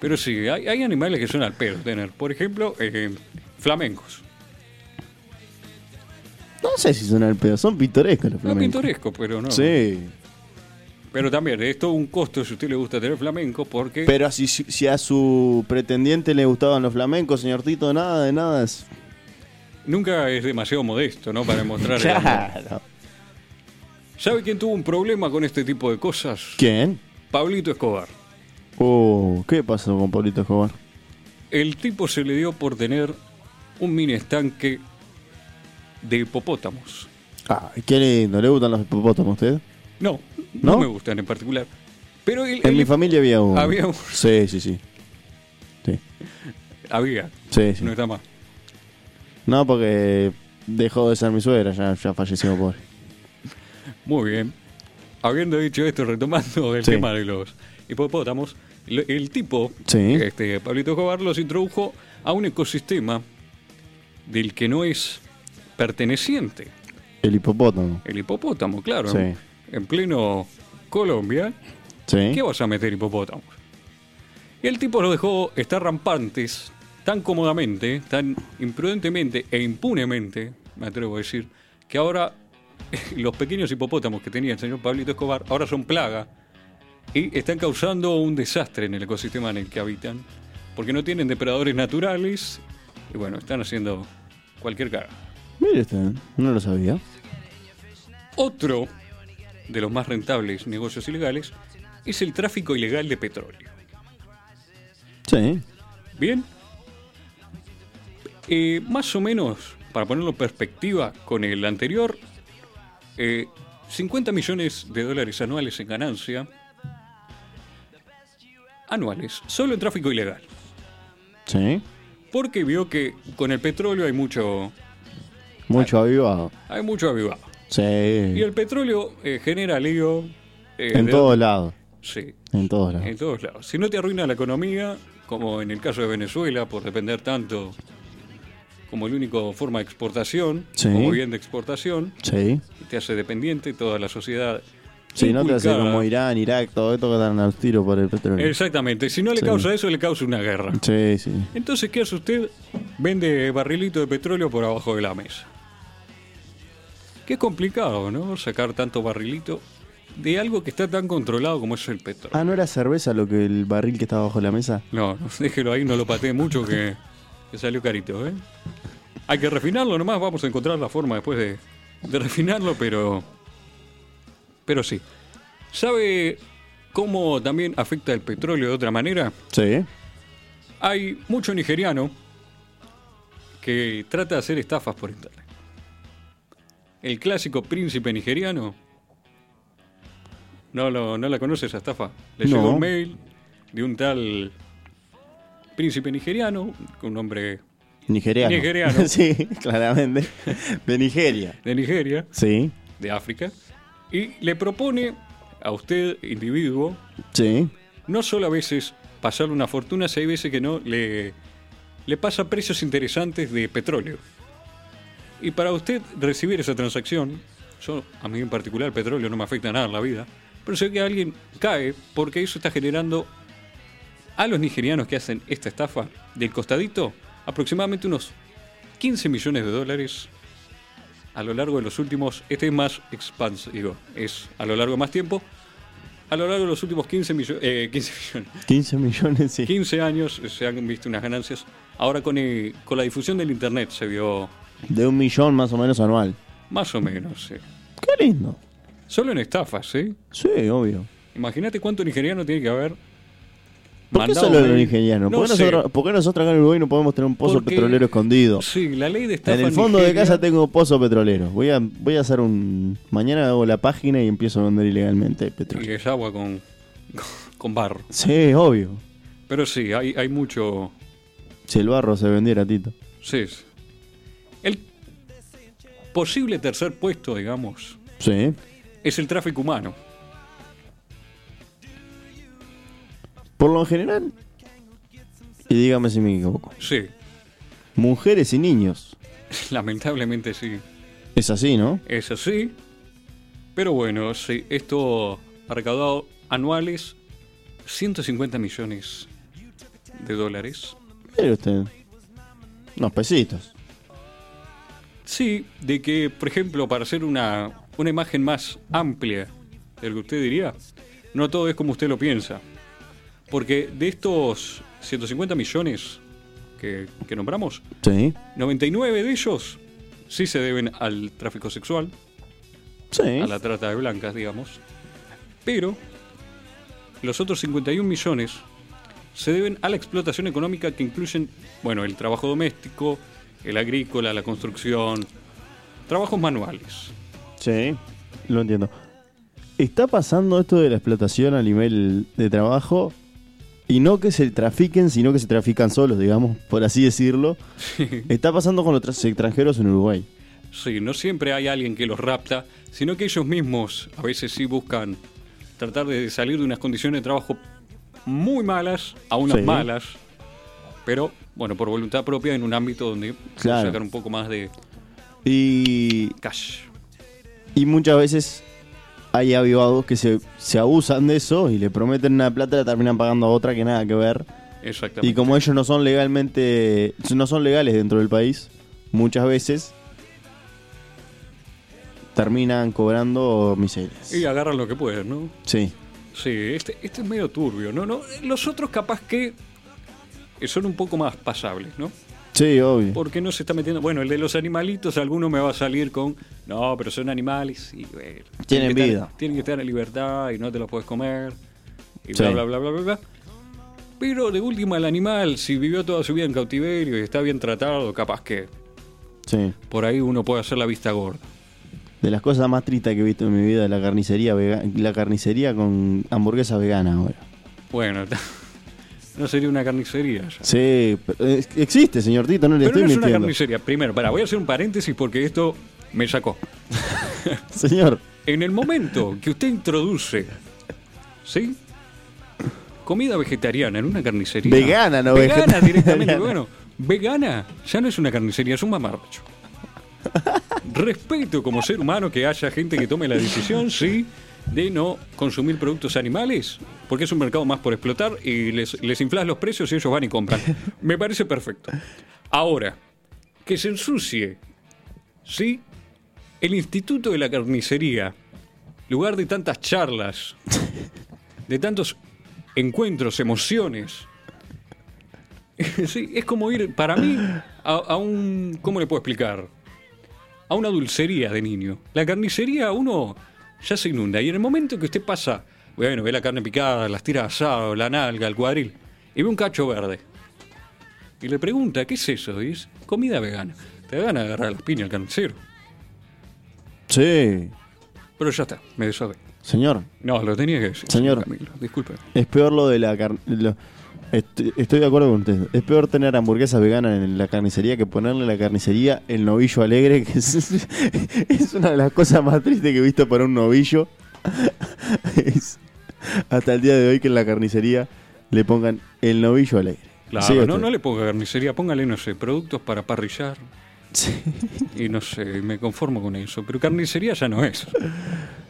Speaker 2: Pero sí, hay, hay animales que son al pedo tener. Por ejemplo, eh, flamencos.
Speaker 3: No sé si son al pedo, son pintorescos los
Speaker 2: No es
Speaker 3: flamencos.
Speaker 2: pintoresco, pero no.
Speaker 3: Sí.
Speaker 2: Pero también es todo un costo si a usted le gusta tener flamenco porque
Speaker 3: Pero si, si a su pretendiente le gustaban los flamencos, señor Tito, nada de nada. es-
Speaker 2: nunca es demasiado modesto, ¿no? Para mostrar. el amor.
Speaker 3: Claro.
Speaker 2: ¿Sabe quién tuvo un problema con este tipo de cosas?
Speaker 3: ¿Quién?
Speaker 2: Pablito Escobar.
Speaker 3: Oh, ¿qué pasó con Paulito Escobar?
Speaker 2: El tipo se le dio por tener un mini estanque de hipopótamos.
Speaker 3: Ah, qué lindo, ¿le gustan los hipopótamos a usted?
Speaker 2: No, no,
Speaker 3: ¿No?
Speaker 2: me gustan en particular. Pero él-
Speaker 3: En
Speaker 2: él-
Speaker 3: mi familia había uno.
Speaker 2: Había uno.
Speaker 3: Sí, sí, sí. Sí,
Speaker 2: Había,
Speaker 3: sí, sí.
Speaker 2: no está más.
Speaker 3: No, porque dejó de ser mi suegra, ya, ya falleció, pobre.
Speaker 2: Muy bien. Habiendo dicho esto, retomando el
Speaker 3: Sí.
Speaker 2: tema de los hipopótamos, lo- el tipo,
Speaker 3: Sí.
Speaker 2: este, Pablito Escobar, los introdujo a un ecosistema del que no es perteneciente.
Speaker 3: El hipopótamo.
Speaker 2: El hipopótamo, claro.
Speaker 3: Sí.
Speaker 2: En, en pleno Colombia,
Speaker 3: Sí.
Speaker 2: ¿qué vas a meter hipopótamos? Y el tipo los dejó estar rampantes tan cómodamente, tan imprudentemente e impunemente, me atrevo a decir, que ahora los pequeños hipopótamos que tenía el señor Pablito Escobar ahora son plaga y están causando un desastre en el ecosistema en el que habitan, porque no tienen depredadores naturales y bueno, están haciendo cualquier cara.
Speaker 3: Mire usted, no lo sabía.
Speaker 2: Otro de los más rentables negocios ilegales es el tráfico ilegal de petróleo.
Speaker 3: Sí.
Speaker 2: Bien. Eh, más o menos, para ponerlo en perspectiva con el anterior, eh, 50 millones de dólares anuales en ganancia. Anuales, solo en tráfico ilegal.
Speaker 3: Sí.
Speaker 2: Porque vio que con el petróleo hay mucho,
Speaker 3: Mucho avivado.
Speaker 2: hay mucho avivado.
Speaker 3: Sí.
Speaker 2: Y el petróleo eh, genera lío. eh,
Speaker 3: En
Speaker 2: de-
Speaker 3: todos lados.
Speaker 2: Sí.
Speaker 3: En todos lados.
Speaker 2: En todos lados. Si no te arruina la economía, como en el caso de Venezuela, por depender tanto como el único forma de exportación,
Speaker 3: Sí.
Speaker 2: como bien de exportación,
Speaker 3: Sí.
Speaker 2: te hace dependiente toda la sociedad.
Speaker 3: Sí, no te hace
Speaker 2: inculcada.
Speaker 3: como Irán, Irak, todo esto que dan a los tiros por el petróleo.
Speaker 2: Exactamente. Si no le
Speaker 3: Sí.
Speaker 2: causa eso, le causa una guerra.
Speaker 3: Sí, sí.
Speaker 2: Entonces, ¿qué hace usted? Vende barrilito de petróleo por abajo de la mesa. Qué complicado, ¿no? Sacar tanto barrilito de algo que está tan controlado como es el petróleo.
Speaker 3: Ah, ¿no era cerveza lo que el barril que estaba bajo la mesa?
Speaker 2: No, no, déjelo ahí, no lo pateé mucho que, que salió carito, ¿eh? Hay que refinarlo nomás, vamos a encontrar la forma después de, de refinarlo, pero. Pero sí. ¿Sabe cómo también afecta el petróleo de otra manera?
Speaker 3: Sí.
Speaker 2: Hay mucho nigeriano que trata de hacer estafas por internet. El clásico príncipe nigeriano. No, lo- no la conoce esa estafa. Le
Speaker 3: No.
Speaker 2: llegó un mail de un tal príncipe nigeriano, con nombre
Speaker 3: Nigeriano.
Speaker 2: Nigeriano.
Speaker 3: sí, claramente. De Nigeria.
Speaker 2: de Nigeria,
Speaker 3: Sí.
Speaker 2: de África, y le propone a usted, individuo,
Speaker 3: Sí.
Speaker 2: no solo a veces pasarle una fortuna, si hay veces que no, le, le pasa precios interesantes de petróleo. Y para usted recibir esa transacción, yo, a mí en particular, el petróleo no me afecta nada en la vida, pero sé que alguien cae porque eso está generando a los nigerianos que hacen esta estafa del costadito aproximadamente unos 15 millones de dólares a lo largo de los últimos, este es más expansivo, es a lo largo de más tiempo, a lo largo de los últimos 15 millones, 15 millones,
Speaker 3: 15 millones, sí.
Speaker 2: 15 años eh, se han visto unas ganancias. Ahora con, eh, con la difusión del internet se vio
Speaker 3: De un millón más o menos anual.
Speaker 2: más o menos. eh.
Speaker 3: Qué lindo.
Speaker 2: Solo en estafas, ¿eh?
Speaker 3: Sí, obvio.
Speaker 2: Imagínate cuánto nigeriano tiene que haber.
Speaker 3: ¿Por qué
Speaker 2: mandado
Speaker 3: solo los
Speaker 2: mail.
Speaker 3: nigerianos?
Speaker 2: No
Speaker 3: ¿Por, qué
Speaker 2: sé,
Speaker 3: nosotros, por qué nosotros acá en Uruguay no podemos tener un pozo
Speaker 2: porque-
Speaker 3: petrolero escondido?
Speaker 2: Sí, la ley de estafa
Speaker 3: En el fondo de
Speaker 2: Nigeria-
Speaker 3: casa tengo pozo petrolero. Voy a, voy a hacer un. Mañana hago la página y empiezo a vender ilegalmente
Speaker 2: Y
Speaker 3: petróleo.
Speaker 2: es agua con, con barro.
Speaker 3: Sí, obvio.
Speaker 2: Pero sí, hay, hay mucho...
Speaker 3: Si el barro se vendiera, Tito.
Speaker 2: Sí. sí. El posible tercer puesto, digamos,
Speaker 3: Sí.
Speaker 2: es el tráfico humano.
Speaker 3: Por lo general. Y dígame si me equivoco.
Speaker 2: Sí,
Speaker 3: Mujeres y niños.
Speaker 2: lamentablemente sí.
Speaker 3: Es así, ¿no?
Speaker 2: Es así. Pero bueno, sí, esto ha recaudado anuales 150 millones de dólares.
Speaker 3: Mire usted. Unos pesitos.
Speaker 2: Sí, de que, por ejemplo, para hacer una, una imagen más amplia de lo que usted diría, no todo es como usted lo piensa. Porque de estos 150 millones que, que nombramos,
Speaker 3: Sí.
Speaker 2: 99 de ellos sí se deben al tráfico sexual,
Speaker 3: Sí.
Speaker 2: a la trata de blancas, digamos. Pero los otros 51 millones se deben a la explotación económica que incluyen, bueno, el trabajo doméstico, el agrícola, la construcción, trabajos manuales.
Speaker 3: Sí. Lo entiendo. Está pasando esto de la explotación a nivel de trabajo y no que se trafiquen, sino que se trafican solos, digamos, por así decirlo. Está pasando con los tra- extranjeros en Uruguay.
Speaker 2: Sí, no siempre hay alguien que los rapta, sino que ellos mismos a veces sí buscan tratar de salir de unas condiciones de trabajo muy malas a unas
Speaker 3: Sí.
Speaker 2: malas, pero bueno, por voluntad propia en un ámbito donde pueden
Speaker 3: Claro.
Speaker 2: sacar un poco más de
Speaker 3: Y
Speaker 2: cash.
Speaker 3: Y muchas veces hay avivados que se, se abusan de eso y le prometen una plata y la terminan pagando a otra que nada que ver.
Speaker 2: Exactamente.
Speaker 3: Y como ellos no son legalmente, no son legales dentro del país, muchas veces terminan cobrando miserias.
Speaker 2: Y agarran lo que pueden, ¿no?
Speaker 3: Sí,
Speaker 2: Sí, este, este es medio turbio, ¿no? no Los otros capaz que eh, son un poco más pasables, ¿no?
Speaker 3: sí, obvio.
Speaker 2: Porque no se está metiendo... Bueno, el de los animalitos, alguno me va a salir con... No, pero son animales y... bueno,
Speaker 3: Tienen
Speaker 2: que
Speaker 3: vida.
Speaker 2: estar- tienen que estar en libertad y no te los puedes comer. Y
Speaker 3: Sí.
Speaker 2: bla, bla, bla, bla, bla, bla. Pero de última, el animal, si vivió toda su vida en cautiverio y está bien tratado, capaz que
Speaker 3: Sí.
Speaker 2: por ahí uno puede hacer la vista gorda.
Speaker 3: De las cosas más tristes que he visto en mi vida, la carnicería, vega- la carnicería con hamburguesa vegana ahora.
Speaker 2: Bueno, no sería una carnicería ya.
Speaker 3: Sí, pero, eh, existe, señor Tito, no
Speaker 2: Pero no
Speaker 3: le
Speaker 2: es
Speaker 3: estoy
Speaker 2: una
Speaker 3: mintiendo.
Speaker 2: carnicería. Primero, para, voy a hacer un paréntesis porque esto me sacó.
Speaker 3: Señor,
Speaker 2: En el momento que usted introduce, ¿sí? Comida vegetariana en una carnicería.
Speaker 3: Vegana, no
Speaker 2: Vegana
Speaker 3: vegetariana.
Speaker 2: directamente. Bueno, vegana ya no es una carnicería, es un mamarracho. Respeto como ser humano que haya gente que tome la decisión, sí, de no consumir productos animales, porque es un mercado más por explotar y les, les inflas los precios y ellos van y compran. Me parece perfecto. Ahora, que se ensucie, sí, el Instituto de la Carnicería, lugar de tantas charlas, de tantos encuentros, emociones. Sí, es como ir, para mí, a, a un... ¿Cómo le puedo explicar? A una dulcería de niño. La carnicería uno ya se inunda y en el momento que usted pasa, bueno, ve la carne picada, las tiras de asado, la nalga, el cuadril, y ve un cacho verde. Y le pregunta, ¿qué es eso? Y es comida vegana. Te van a agarrar las piñas al carnicero.
Speaker 3: sí,
Speaker 2: Pero ya está, me desahogué.
Speaker 3: señor,
Speaker 2: No, lo tenía que decir.
Speaker 3: Señor.
Speaker 2: Camilo, disculpe.
Speaker 3: Es peor lo de la carne. Estoy, estoy de acuerdo con usted. Es peor tener hamburguesas veganas en la carnicería que ponerle a la carnicería el novillo alegre, que es, es una de las cosas más tristes que he visto para un novillo. Es- hasta el día de hoy que en la carnicería le pongan el novillo alegre.
Speaker 2: Claro,
Speaker 3: Siga
Speaker 2: no,
Speaker 3: usted.
Speaker 2: no le ponga carnicería, póngale, no sé, productos para parrillar.
Speaker 3: Sí.
Speaker 2: Y no sé, me conformo con eso. Pero carnicería ya no es.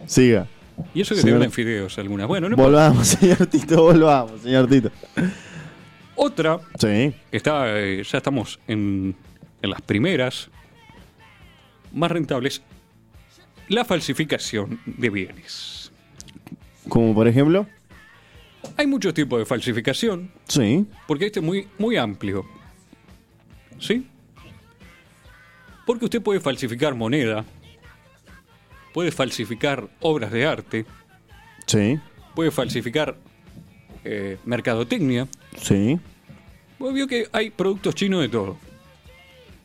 Speaker 3: Siga.
Speaker 2: Y eso que te
Speaker 3: Señor.
Speaker 2: venden fideos algunas. Bueno, no importa.
Speaker 3: Volvamos, señor Tito, volvamos, señor Tito.
Speaker 2: Otra,
Speaker 3: Sí.
Speaker 2: está, eh, ya estamos en, en las primeras, más rentables, la falsificación de bienes.
Speaker 3: Como por ejemplo.
Speaker 2: Hay muchos tipos de falsificación.
Speaker 3: Sí.
Speaker 2: Porque este es muy, muy amplio. ¿Sí? Porque usted puede falsificar moneda, puede falsificar obras de arte,
Speaker 3: Sí.
Speaker 2: puede falsificar eh, mercadotecnia.
Speaker 3: Sí.
Speaker 2: Vos vio que hay productos chinos de todo.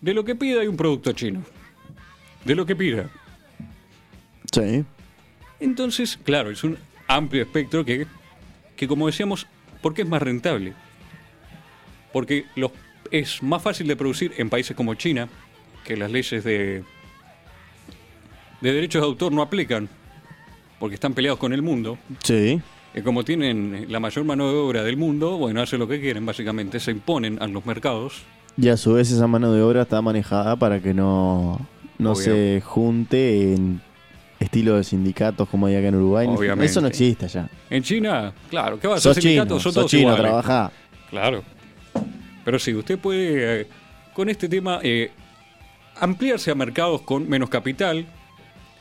Speaker 2: De lo que pida hay un producto chino. De lo que pida.
Speaker 3: Sí.
Speaker 2: Entonces, claro, es un amplio espectro que, que como decíamos, ¿por qué es más rentable? Porque los, es más fácil de producir en países como China, que las leyes de, de derechos de autor no aplican, porque están peleados con el mundo.
Speaker 3: Sí.
Speaker 2: Y como tienen la mayor mano de obra del mundo, bueno, hacen lo que quieren, básicamente, se imponen a los mercados.
Speaker 3: Y a su vez esa mano de obra está manejada para que no, no
Speaker 2: Obvio.
Speaker 3: se junte en estilo de sindicatos como hay acá en Uruguay.
Speaker 2: Obviamente.
Speaker 3: Eso no existe allá.
Speaker 2: En China, claro, ¿qué va a hacer?
Speaker 3: Sos chino,
Speaker 2: Sindicatos son
Speaker 3: sos
Speaker 2: todos
Speaker 3: chino,
Speaker 2: iguales.
Speaker 3: trabajá.
Speaker 2: Claro. Pero sí, usted puede, eh, con este tema, eh, ampliarse a mercados con menos capital,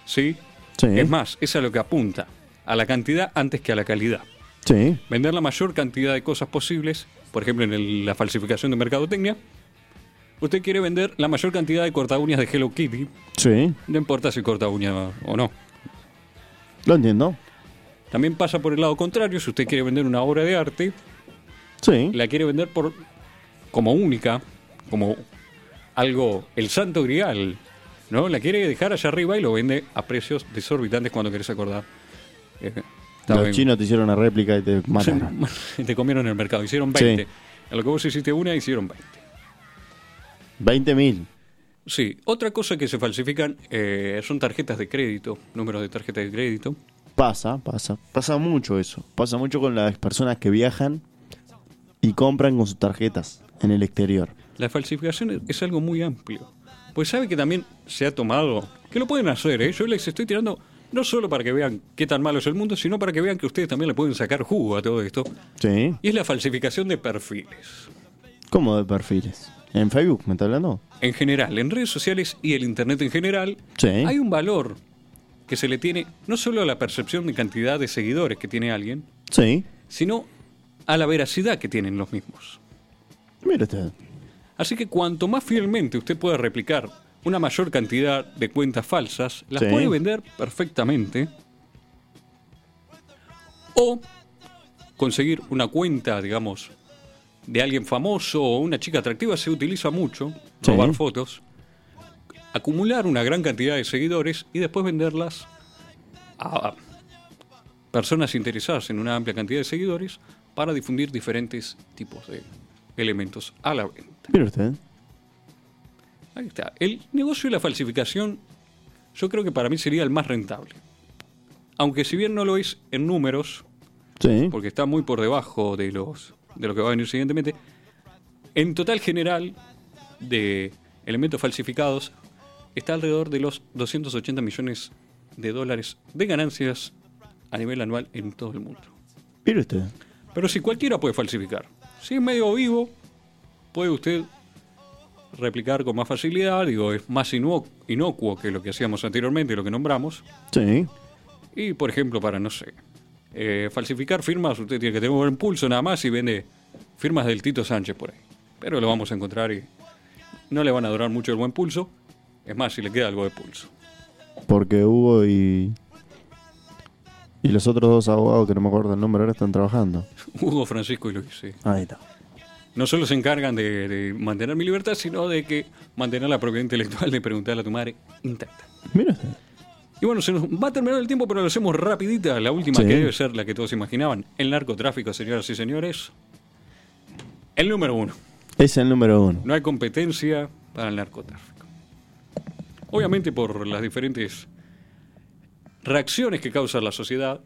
Speaker 2: ¿sí?
Speaker 3: Sí.
Speaker 2: Es más, es a lo que apunta, a la cantidad antes que a la calidad.
Speaker 3: Sí.
Speaker 2: Vender la mayor cantidad de cosas posibles, por ejemplo en el- la falsificación de mercadotecnia. Usted quiere vender la mayor cantidad de corta uñas de Hello Kitty,
Speaker 3: Sí.
Speaker 2: no importa si corta uña o no.
Speaker 3: Lo entiendo.
Speaker 2: También pasa por el lado contrario, si usted quiere vender una obra de arte,
Speaker 3: Sí.
Speaker 2: la quiere vender por como única, como algo, el santo grial, ¿no? La quiere dejar allá arriba y lo vende a precios desorbitantes cuando querés acordar. Eh, está
Speaker 3: Los
Speaker 2: bien.
Speaker 3: chinos te hicieron una réplica y te mataron.
Speaker 2: Te comieron el mercado, hicieron
Speaker 3: Sí.
Speaker 2: 20. A lo que vos hiciste una, hicieron 20.
Speaker 3: 20.000.
Speaker 2: Sí, otra cosa que se falsifican eh, son tarjetas de crédito, números de tarjetas de crédito.
Speaker 3: Pasa, pasa. Pasa mucho eso. Pasa mucho con las personas que viajan y compran con sus tarjetas en el exterior.
Speaker 2: La falsificación es- es algo muy amplio. Pues sabe que también se ha tomado, que lo pueden hacer, ¿eh? yo les estoy tirando no solo para que vean qué tan malo es el mundo, sino para que vean que ustedes también le pueden sacar jugo a todo esto.
Speaker 3: Sí.
Speaker 2: Y es la falsificación de perfiles.
Speaker 3: ¿Cómo de perfiles? ¿En Facebook me está hablando?
Speaker 2: En general, en redes sociales y el Internet en general,
Speaker 3: Sí.
Speaker 2: hay un valor que se le tiene no solo a la percepción de cantidad de seguidores que tiene alguien,
Speaker 3: Sí.
Speaker 2: sino a la veracidad que tienen los mismos.
Speaker 3: Mira usted.
Speaker 2: Así que cuanto más fielmente usted pueda replicar una mayor cantidad de cuentas falsas, las
Speaker 3: Sí.
Speaker 2: puede vender perfectamente. O conseguir una cuenta, digamos, de alguien famoso o una chica atractiva se utiliza mucho,
Speaker 3: Sí.
Speaker 2: robar fotos, acumular una gran cantidad de seguidores y después venderlas a personas interesadas en una amplia cantidad de seguidores para difundir diferentes tipos de elementos a la venta.
Speaker 3: Mira usted.
Speaker 2: Ahí está. El negocio de la falsificación, yo creo que para mí sería el más rentable. Aunque si bien no lo es en números,
Speaker 3: Sí.
Speaker 2: porque está muy por debajo de los de lo que va a venir siguientemente, en total general de elementos falsificados está alrededor de los 280 millones de dólares de ganancias a nivel anual en todo el mundo.
Speaker 3: Mire usted.
Speaker 2: Pero si cualquiera puede falsificar, si es medio vivo, puede usted replicar con más facilidad, digo, es más inocuo, inocuo que lo que hacíamos anteriormente, lo que nombramos.
Speaker 3: Sí.
Speaker 2: Y, por ejemplo, para, no sé, eh, falsificar firmas, usted tiene que tener un buen pulso nada más y vende firmas del Tito Sánchez por ahí. Pero lo vamos a encontrar y no le van a durar mucho el buen pulso. Es más, si le queda algo de pulso.
Speaker 3: Porque Hugo y. Y los otros dos abogados que no me acuerdo el nombre ahora están trabajando.
Speaker 2: Hugo, Francisco y Luis, sí.
Speaker 3: Ahí está.
Speaker 2: No solo se encargan de, de mantener mi libertad, sino de que mantener la propiedad intelectual de preguntarle a tu madre intacta.
Speaker 3: Mira usted.
Speaker 2: Y bueno, se nos va a terminar el tiempo, pero lo hacemos rapidita. La última
Speaker 3: Sí.
Speaker 2: que debe ser la que todos imaginaban. El narcotráfico, señoras y señores. El número uno.
Speaker 3: Ese es el número uno.
Speaker 2: No hay competencia para el narcotráfico. Obviamente por las diferentes reacciones que causa la sociedad,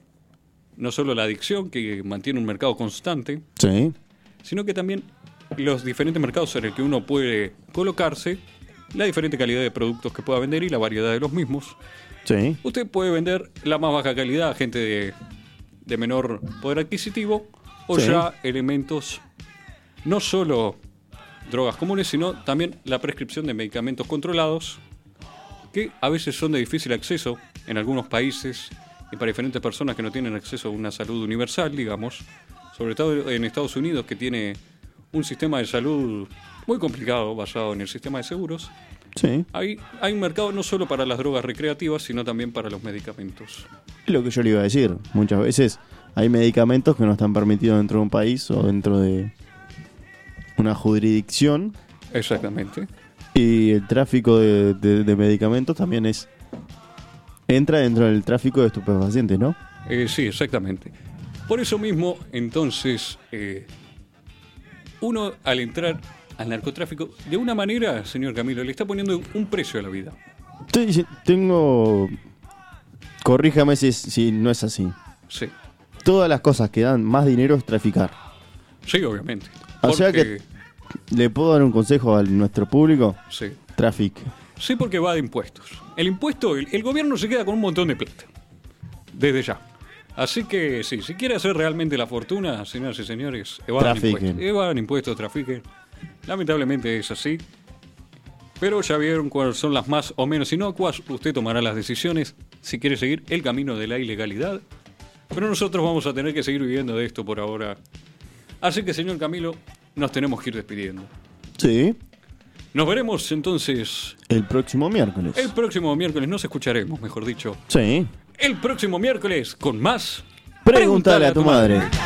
Speaker 2: no solo la adicción que mantiene un mercado constante,
Speaker 3: Sí.
Speaker 2: sino que también los diferentes mercados en el que uno puede colocarse, la diferente calidad de productos que pueda vender y la variedad de los mismos.
Speaker 3: Sí.
Speaker 2: Usted puede vender la más baja calidad a gente de, de menor poder adquisitivo o
Speaker 3: Sí.
Speaker 2: ya elementos, no solo drogas comunes, sino también la prescripción de medicamentos controlados, que a veces son de difícil acceso en algunos países y para diferentes personas que no tienen acceso a una salud universal, digamos, sobre todo en Estados Unidos que tiene un sistema de salud muy complicado basado en el sistema de seguros.
Speaker 3: Sí.
Speaker 2: Hay, hay un mercado no solo para las drogas recreativas, sino también para los medicamentos.
Speaker 3: Es lo que yo le iba a decir. Muchas veces hay medicamentos que no están permitidos dentro de un país o dentro de una jurisdicción.
Speaker 2: Exactamente.
Speaker 3: Y el tráfico de, de- de medicamentos también es. Entra dentro del tráfico de estupefacientes, ¿no?
Speaker 2: Eh, sí, exactamente. Por eso mismo, entonces, eh, uno al entrar al narcotráfico, de una manera, señor Camilo, le está poniendo un precio a la vida.
Speaker 3: Estoy dic- tengo. Corríjame si, es- si no es así.
Speaker 2: Sí,
Speaker 3: Todas las cosas que dan más dinero es traficar.
Speaker 2: sí, obviamente.
Speaker 3: O sea que- ¿Le puedo dar un consejo a nuestro público?
Speaker 2: Sí.
Speaker 3: Trafic.
Speaker 2: Sí, porque va de impuestos. El impuesto, el, el gobierno se queda con un montón de plata. Desde ya. Así que sí, si quiere hacer realmente la fortuna, señoras y señores, evadan
Speaker 3: Trafiquen.
Speaker 2: impuestos. Evadan impuestos, trafiquen. Lamentablemente es así. Pero ya vieron cuáles son las más o menos inocuas. Usted tomará las decisiones si quiere seguir el camino de la ilegalidad. Pero nosotros vamos a tener que seguir viviendo de esto por ahora. Así que, señor Camilo, nos tenemos que ir despidiendo.
Speaker 3: Sí,
Speaker 2: Nos veremos entonces
Speaker 3: el próximo miércoles.
Speaker 2: el próximo miércoles. Nos escucharemos, mejor dicho.
Speaker 3: Sí.
Speaker 2: El próximo miércoles con más.
Speaker 3: Pregúntale a tu madre.